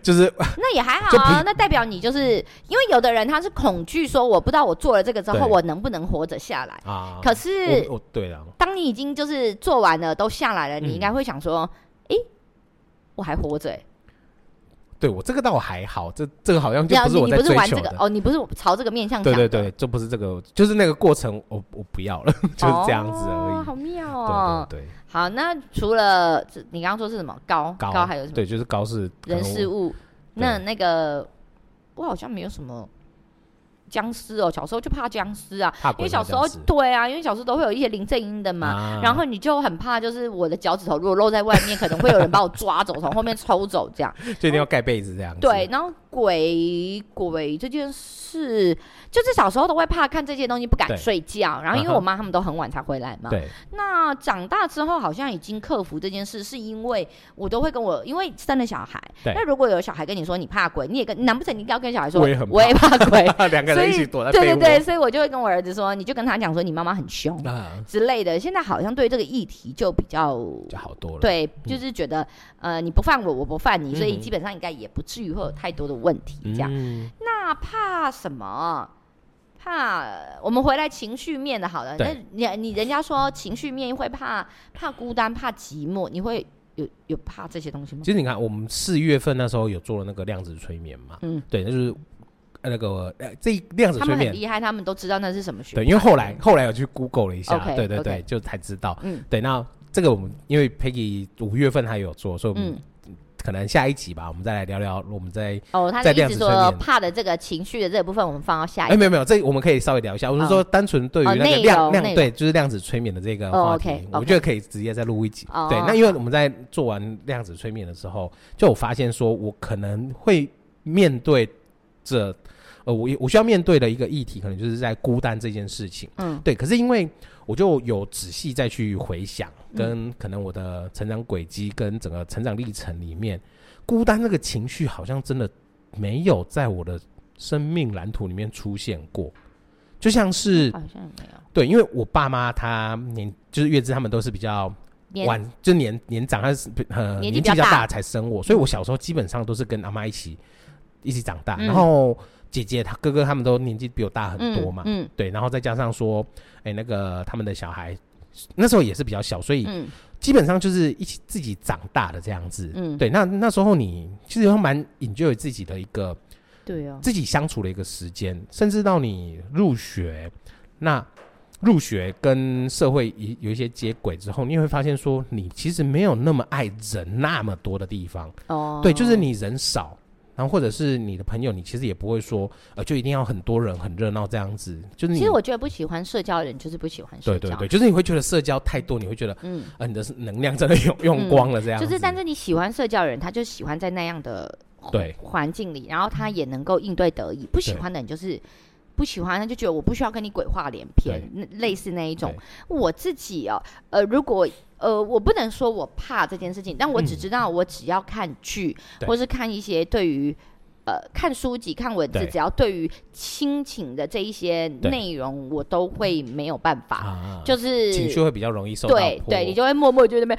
Speaker 2: 就是
Speaker 1: 那也还好
Speaker 2: 就
Speaker 1: 啊。
Speaker 2: 比
Speaker 1: 那代表你就是因为有的人他是恐惧，说我不知道我做了这个之后
Speaker 2: 对
Speaker 1: 我能不能活着下来。
Speaker 2: 啊。
Speaker 1: 可是
Speaker 2: 我我对了，
Speaker 1: 当你已经就是做完了都下来了，你
Speaker 2: 嗯
Speaker 1: 应该会想说，诶，我还活着、欸。
Speaker 2: 对我这个倒还好，这这个好像就
Speaker 1: 你
Speaker 2: 不是我
Speaker 1: 你
Speaker 2: 在
Speaker 1: 不是
Speaker 2: 追
Speaker 1: 玩
Speaker 2: 求
Speaker 1: 这个
Speaker 2: 的。
Speaker 1: 哦，你不是朝这个面向
Speaker 2: 对
Speaker 1: 想
Speaker 2: 对
Speaker 1: 的，
Speaker 2: 对，这不是这个，就是那个过程，我我不要了，就是这样子而
Speaker 1: 哦、
Speaker 2: 已。
Speaker 1: 好妙哦。
Speaker 2: 对对对，
Speaker 1: 好，那除了这你刚刚说是什么高
Speaker 2: 高
Speaker 1: 还有什么
Speaker 2: 对，就是高是可
Speaker 1: 人
Speaker 2: 能
Speaker 1: 事
Speaker 2: 我
Speaker 1: 物？那
Speaker 2: 对
Speaker 1: 那个我好像没有什么僵尸哦，小时候就怕僵尸啊，
Speaker 2: 怕
Speaker 1: 因
Speaker 2: 鬼
Speaker 1: 为
Speaker 2: 嘛
Speaker 1: 小时候
Speaker 2: 这样子
Speaker 1: 对啊，因为小时候都会有一些林正英的嘛。
Speaker 2: 啊
Speaker 1: 然后你就很怕，就是我的脚趾头如果露在外面，可能会有人把我抓走，从后面抽走这样。
Speaker 2: *laughs* 就一定要盖被子这样子。
Speaker 1: 对，，然后鬼鬼这件事，就是小时候都会怕看这些东西，不敢
Speaker 2: 对
Speaker 1: 睡觉。然后因为
Speaker 2: 嗯哼
Speaker 1: 我妈他们都很晚才回来嘛，
Speaker 2: 对，
Speaker 1: 那长大之后好像已经克服这件事，是因为我都会跟我，因为生了小孩，
Speaker 2: 对
Speaker 1: 那如果有小孩跟你说你怕鬼，你也跟，难不成你要跟小孩说
Speaker 2: 我也很怕
Speaker 1: 怕鬼？
Speaker 2: 两个
Speaker 1: 所
Speaker 2: 人一
Speaker 1: 以
Speaker 2: 起 *laughs* 躲在
Speaker 1: 对
Speaker 2: 被
Speaker 1: 对
Speaker 2: 窝。
Speaker 1: 对，所以我就会跟我儿子说，你就跟他讲说你妈妈很凶
Speaker 2: 啊，
Speaker 1: 之类的。现在好像对这个议题就比较。
Speaker 2: 就好多了。，
Speaker 1: 对，就是觉得，呃，你不犯我，我不犯你，所以
Speaker 2: 嗯
Speaker 1: 基本上应该也不至于会有太多的问题这样。
Speaker 2: 嗯，
Speaker 1: 那怕什么？怕我们回来情绪面的，好了。那
Speaker 2: 对
Speaker 1: 你你人家说情绪面会怕怕孤单、怕寂寞，你会有有怕这些东西吗
Speaker 2: 其？实你看，我们四月份那时候有做了那个量子催眠嘛，
Speaker 1: 嗯，
Speaker 2: 对，那就是呃那个呃这量子
Speaker 1: 他
Speaker 2: 催
Speaker 1: 们很
Speaker 2: 眠，
Speaker 1: 厉害，他们都知道那是什么学派。
Speaker 2: 对，因为后来后来有去 Google 了一下
Speaker 1: OK，
Speaker 2: 对对
Speaker 1: OK
Speaker 2: 对，就才知道。
Speaker 1: 嗯
Speaker 2: 对，那这个我们因为 Peggy 五月份还有做，所以我们
Speaker 1: 嗯
Speaker 2: 可能下一集吧，我们再来聊聊我们在
Speaker 1: 哦，他
Speaker 2: 在
Speaker 1: 的意
Speaker 2: 量
Speaker 1: 思
Speaker 2: 子
Speaker 1: 说
Speaker 2: 催眠
Speaker 1: 怕的这个情绪的这个部分，我们放到下一
Speaker 2: 哎
Speaker 1: 集。
Speaker 2: 没有没有，这我们可以稍微聊一下。我是说，单纯对于
Speaker 1: 哦
Speaker 2: 那个
Speaker 1: 内容
Speaker 2: 量量
Speaker 1: 内
Speaker 2: 对，就是量子催眠的这个
Speaker 1: 哦
Speaker 2: 话题
Speaker 1: ，OK，OK，
Speaker 2: 我觉得可以直接再录一集
Speaker 1: 哦。
Speaker 2: 对，那因为我们在做完量子催眠的时候，就我发现说我可能会面对着呃，我我需要面对的一个议题，可能就是在孤单这件事情。
Speaker 1: 嗯
Speaker 2: 对，可是因为我就有仔细再
Speaker 1: 嗯
Speaker 2: 去回想，跟可能我的成长轨迹跟整个成长历程里面，孤单这个情绪好像真的没有在我的生命蓝图里面出现过，就像是
Speaker 1: 好像没有
Speaker 2: 对，因为我爸妈他年就是月之他们都是比较
Speaker 1: 年
Speaker 2: 晚，就年年长，他是呃
Speaker 1: 年纪
Speaker 2: 纪
Speaker 1: 比较
Speaker 2: 较
Speaker 1: 大嗯
Speaker 2: 才生我，所以我小时候基本上都是跟阿妈一起一起长大，
Speaker 1: 嗯
Speaker 2: 然后姐姐他哥哥他们都年纪比我大很多嘛，
Speaker 1: 嗯
Speaker 2: 对，然后再加上说，哎、那个他们的小孩那时候也是比较小，所以
Speaker 1: 嗯
Speaker 2: 基本上就是一起自己长大的这样子。
Speaker 1: 嗯，
Speaker 2: 对，那那时候你其实蛮 enjoy 自己的一个
Speaker 1: 对哦，
Speaker 2: 自己相处的一个时间，甚至到你入学，那入学跟社会有有一些接轨之后，你会发现说，你其实没有那么爱人那么多的地方。
Speaker 1: 哦，
Speaker 2: 对，就是你人少，然后或者是你的朋友，你其实也不会说，呃，就一定要很多人很热闹这样子。就是你
Speaker 1: 其实我觉得不喜欢社交的人就是不喜欢社
Speaker 2: 对
Speaker 1: 交，
Speaker 2: 对对，就是你会觉得社交太多，你会觉得，
Speaker 1: 嗯，
Speaker 2: 呃，你的能量真的用用光了这样子。
Speaker 1: 就是但是你喜欢社交的人，他就喜欢在那样的
Speaker 2: 对
Speaker 1: 环境里，然后他也能够应对得宜。不喜
Speaker 2: 对
Speaker 1: 欢的人就是。不喜欢，他就觉得我不需要跟你鬼话连篇，那类似那一种
Speaker 2: 对。
Speaker 1: 我自己哦，呃，如果呃，我不能说我怕这件事情，但我只
Speaker 2: 嗯
Speaker 1: 知道，我只要看剧，
Speaker 2: 对
Speaker 1: 或是看一些对于呃看书籍、看文字，
Speaker 2: 对
Speaker 1: 只要对于亲情的这一些
Speaker 2: 对
Speaker 1: 内容，我都会没有办法，
Speaker 2: 啊，
Speaker 1: 就是
Speaker 2: 情绪会比较容易受到
Speaker 1: 对
Speaker 2: 波
Speaker 1: 对，你就会默默就在那边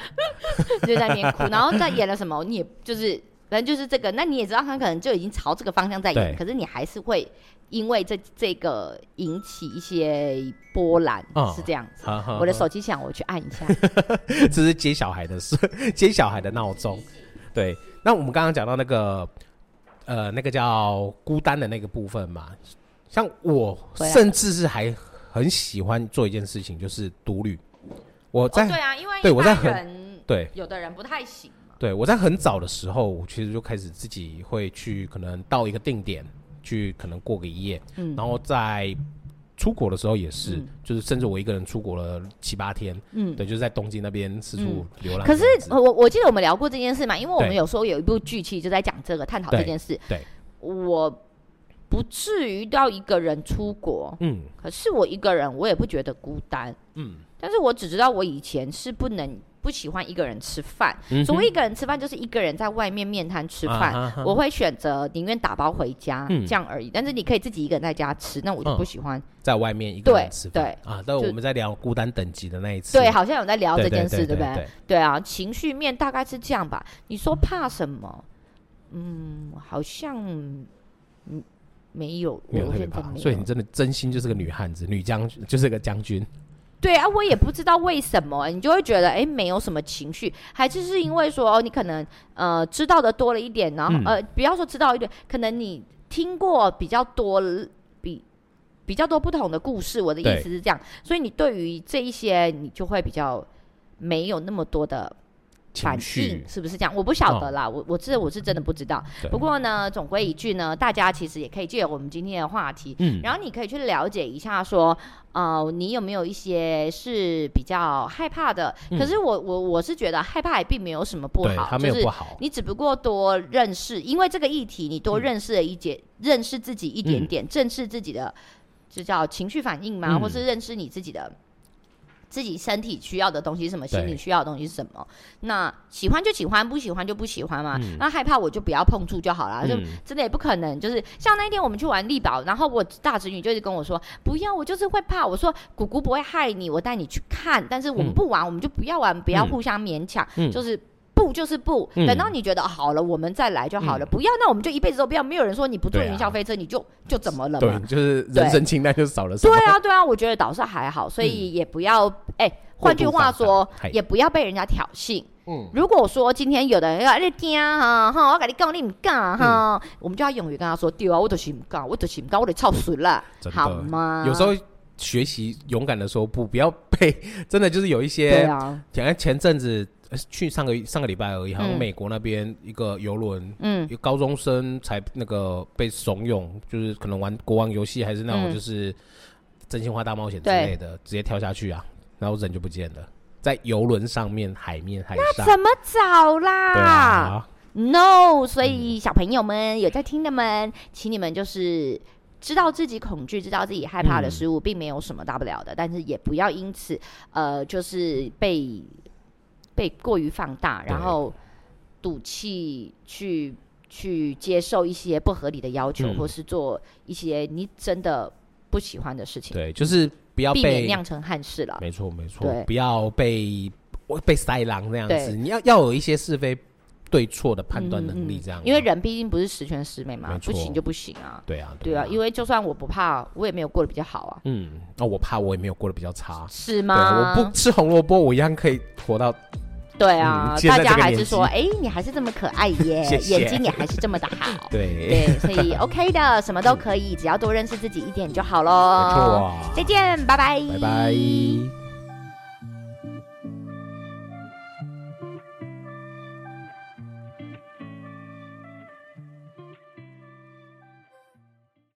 Speaker 1: *laughs* 就在那边哭，然后在演了什么，你也就是反正就是这个，那你也知道他可能就已经朝这个方向在演，
Speaker 2: 对
Speaker 1: 可是你还是会因为这这个引起一些波澜，
Speaker 2: 嗯
Speaker 1: 是这样子。
Speaker 2: 哈哈
Speaker 1: 我的
Speaker 2: 哈
Speaker 1: 手机响，我去按一下。
Speaker 2: 这是接小孩的事，接小孩的闹钟。对，那我们刚刚讲到那个，呃，那个叫孤单的那个部分嘛，像我
Speaker 1: 回来了
Speaker 2: 甚至是还很喜欢做一件事情，就是独旅。我在、
Speaker 1: 对啊，因为
Speaker 2: 对我在
Speaker 1: 一般
Speaker 2: 很
Speaker 1: 人
Speaker 2: 对
Speaker 1: 有的人不太行嘛。
Speaker 2: 对我在很早的时候，我其实就开始自己会去，可能到一个定点去，可能过个一夜，
Speaker 1: 嗯
Speaker 2: 然后在出国的时候也是，
Speaker 1: 嗯
Speaker 2: 就是甚至我一个人出国了七八天，
Speaker 1: 嗯。
Speaker 2: 对，就是在东京那边四处流浪这
Speaker 1: 可
Speaker 2: 样
Speaker 1: 是
Speaker 2: 子、
Speaker 1: 呃我我记得我们聊过这件事嘛，因为我们
Speaker 2: 对
Speaker 1: 有时候有一部剧其实就在讲这个，探讨这
Speaker 2: 对
Speaker 1: 件事。
Speaker 2: 对
Speaker 1: 我不至于到一个人出国，
Speaker 2: 嗯
Speaker 1: 可是我一个人，我也不觉得孤单。
Speaker 2: 嗯，
Speaker 1: 但是我只知道我以前是不能不喜欢一个人吃饭。
Speaker 2: 嗯
Speaker 1: 所
Speaker 2: 哼
Speaker 1: 谓一个人吃饭，就是一个人在外面面摊吃
Speaker 2: 啊
Speaker 1: 饭。
Speaker 2: 哈哈
Speaker 1: 我会选择宁愿打包回家、
Speaker 2: 嗯
Speaker 1: 这样而已，但是你可以自己一个人在家吃，那我就
Speaker 2: 嗯
Speaker 1: 不喜欢。
Speaker 2: 在外面一个人吃饭
Speaker 1: 对
Speaker 2: 啊。
Speaker 1: 就
Speaker 2: 但我们在聊孤单等级的那一次，
Speaker 1: 对，好像有在聊这
Speaker 2: 对，对
Speaker 1: 件事，
Speaker 2: 对
Speaker 1: 不对？
Speaker 2: 对？
Speaker 1: 对啊，情绪面大概是这样吧。你说怕什么？嗯，好像嗯没有，
Speaker 2: 没有
Speaker 1: 我
Speaker 2: 特别
Speaker 1: 现在
Speaker 2: 怕，
Speaker 1: 没
Speaker 2: 所以
Speaker 1: 有
Speaker 2: 你真的真心就是个女汉子，女将军就是个将军。
Speaker 1: 对啊，我也不知道为什么，你就会觉得哎，诶没有什么情绪，还就是因为说哦，你可能呃知道的多了一点，然后、
Speaker 2: 嗯
Speaker 1: 呃不要说知道一点，可能你听过比较多比比较多不同的故事，我的意
Speaker 2: 对
Speaker 1: 思是这样，所以你对于这一些你就会比较没有那么多的反
Speaker 2: 情
Speaker 1: 应
Speaker 2: 绪，哦
Speaker 1: 是不是这样？我不晓得啦，我我这我是真的不知道。
Speaker 2: 对
Speaker 1: 不过呢，总归一句呢，大家其实也可以借由我们今天的话题，
Speaker 2: 嗯
Speaker 1: 然后你可以去了解一下说，呃，你有没有一些是比较害怕的？
Speaker 2: 嗯
Speaker 1: 可是我我我是觉得害怕也并没有什么不
Speaker 2: 对，
Speaker 1: 好，
Speaker 2: 他
Speaker 1: 就
Speaker 2: 没有
Speaker 1: 是
Speaker 2: 不好，
Speaker 1: 你只不过多认识，因为这个议题，你多
Speaker 2: 嗯
Speaker 1: 认识了一点，认识自己一点
Speaker 2: 嗯
Speaker 1: 点，正视自己的，就叫情绪反应嘛，
Speaker 2: 嗯
Speaker 1: 或是认识你自己的。自己身体需要的东西是什么，
Speaker 2: 对
Speaker 1: 心理需要的东西是什么？那喜欢就喜欢，不喜欢就不喜欢嘛。
Speaker 2: 嗯
Speaker 1: 那害怕我就不要碰触就好了，就
Speaker 2: 嗯
Speaker 1: 真的也不可能。就是像那一天我们去玩力宝，然后我大侄女就一直跟我说：“不要，我就是会怕。”我说：“姑姑不会害你，我带你去看，但是我们
Speaker 2: 嗯
Speaker 1: 不玩，我们就不要玩，不要
Speaker 2: 嗯
Speaker 1: 互相勉强。
Speaker 2: 嗯
Speaker 1: 就是不就是不，
Speaker 2: 嗯
Speaker 1: 等到你觉得好了，我们再来就好了。
Speaker 2: 嗯
Speaker 1: 不要，那我们就一辈子都不要。没有人说你不坐
Speaker 2: 对啊
Speaker 1: 云霄飞车你就就怎么了嘛
Speaker 2: 对，？就是人生清单就少了什
Speaker 1: 对
Speaker 2: 么。嗯
Speaker 1: 啊，对啊，我觉得倒是还好，所以也不要哎。
Speaker 2: 过
Speaker 1: 换
Speaker 2: 度
Speaker 1: 句话
Speaker 2: 放大
Speaker 1: 说
Speaker 2: 嗨，
Speaker 1: 也不要被人家挑衅。
Speaker 2: 哎嗯
Speaker 1: 如果说今天有的人要你听哈，哈，我跟你讲你唔干哈，
Speaker 2: 嗯
Speaker 1: 我们就要勇于跟他说，对啊，我就是唔干，我就是唔干，我得操死了，
Speaker 2: 真的
Speaker 1: 好吗？
Speaker 2: 有时候学习勇敢的说不，不要被 *laughs* 真的就是有一
Speaker 1: 对
Speaker 2: 些，
Speaker 1: 啊，
Speaker 2: 前前阵子呃去上个上个礼拜而已，好像
Speaker 1: 嗯
Speaker 2: 美国那边一个游轮
Speaker 1: 嗯
Speaker 2: 有高中生才那个被怂恿，就是可能玩国王游戏还是那
Speaker 1: 嗯
Speaker 2: 种就是真心话大冒险之
Speaker 1: 对
Speaker 2: 类的，直接跳下去啊，然后人就不见了，在游轮上面、海面、海上。
Speaker 1: 怎么找啦？
Speaker 2: 对啊，
Speaker 1: No，所
Speaker 2: 嗯
Speaker 1: 以小朋友们有在听的们，请你们就是知道自己恐惧、知道自己害怕的事物，并没有什么大不了的，但是也不要因此呃，就是被被过于放大，
Speaker 2: 对
Speaker 1: 然后赌气去去接受一些不合理的要求，
Speaker 2: 嗯
Speaker 1: 或是做一些你真的不喜欢的事情，
Speaker 2: 对，就是不要
Speaker 1: 避免
Speaker 2: 被
Speaker 1: 酿成憾事了。
Speaker 2: 没错没错
Speaker 1: 啊对，
Speaker 2: 不要被我被塞狼这样
Speaker 1: 对
Speaker 2: 子，你要要有一些是非对错的判断能力，
Speaker 1: 嗯嗯
Speaker 2: 这样、啊
Speaker 1: 因为人毕竟不是十全十美嘛
Speaker 2: 没，
Speaker 1: 不
Speaker 2: 错
Speaker 1: 行就不行啊。
Speaker 2: 对啊
Speaker 1: 对啊，因为就算我不怕，我也没有过得比较好啊，
Speaker 2: 嗯，哦，我怕我也没有过得比较差。
Speaker 1: 是
Speaker 2: 对啊，
Speaker 1: 吗？
Speaker 2: 我不吃红萝卜，我一样可以活到。
Speaker 1: 对啊
Speaker 2: 嗯，现
Speaker 1: 大
Speaker 2: 在
Speaker 1: 家
Speaker 2: 这个
Speaker 1: 还
Speaker 2: 年
Speaker 1: 是
Speaker 2: 纪
Speaker 1: 说，哎、你还是这么可爱耶，
Speaker 2: *laughs* 谢谢
Speaker 1: 眼睛也还是这么的
Speaker 2: *laughs*
Speaker 1: 好。
Speaker 2: 对，
Speaker 1: 对，所以 OK 的，什么都可以，只要多认识自己一点就好
Speaker 2: 没错
Speaker 1: 喽。
Speaker 2: 啊。
Speaker 1: 再见，拜拜，
Speaker 2: 拜拜。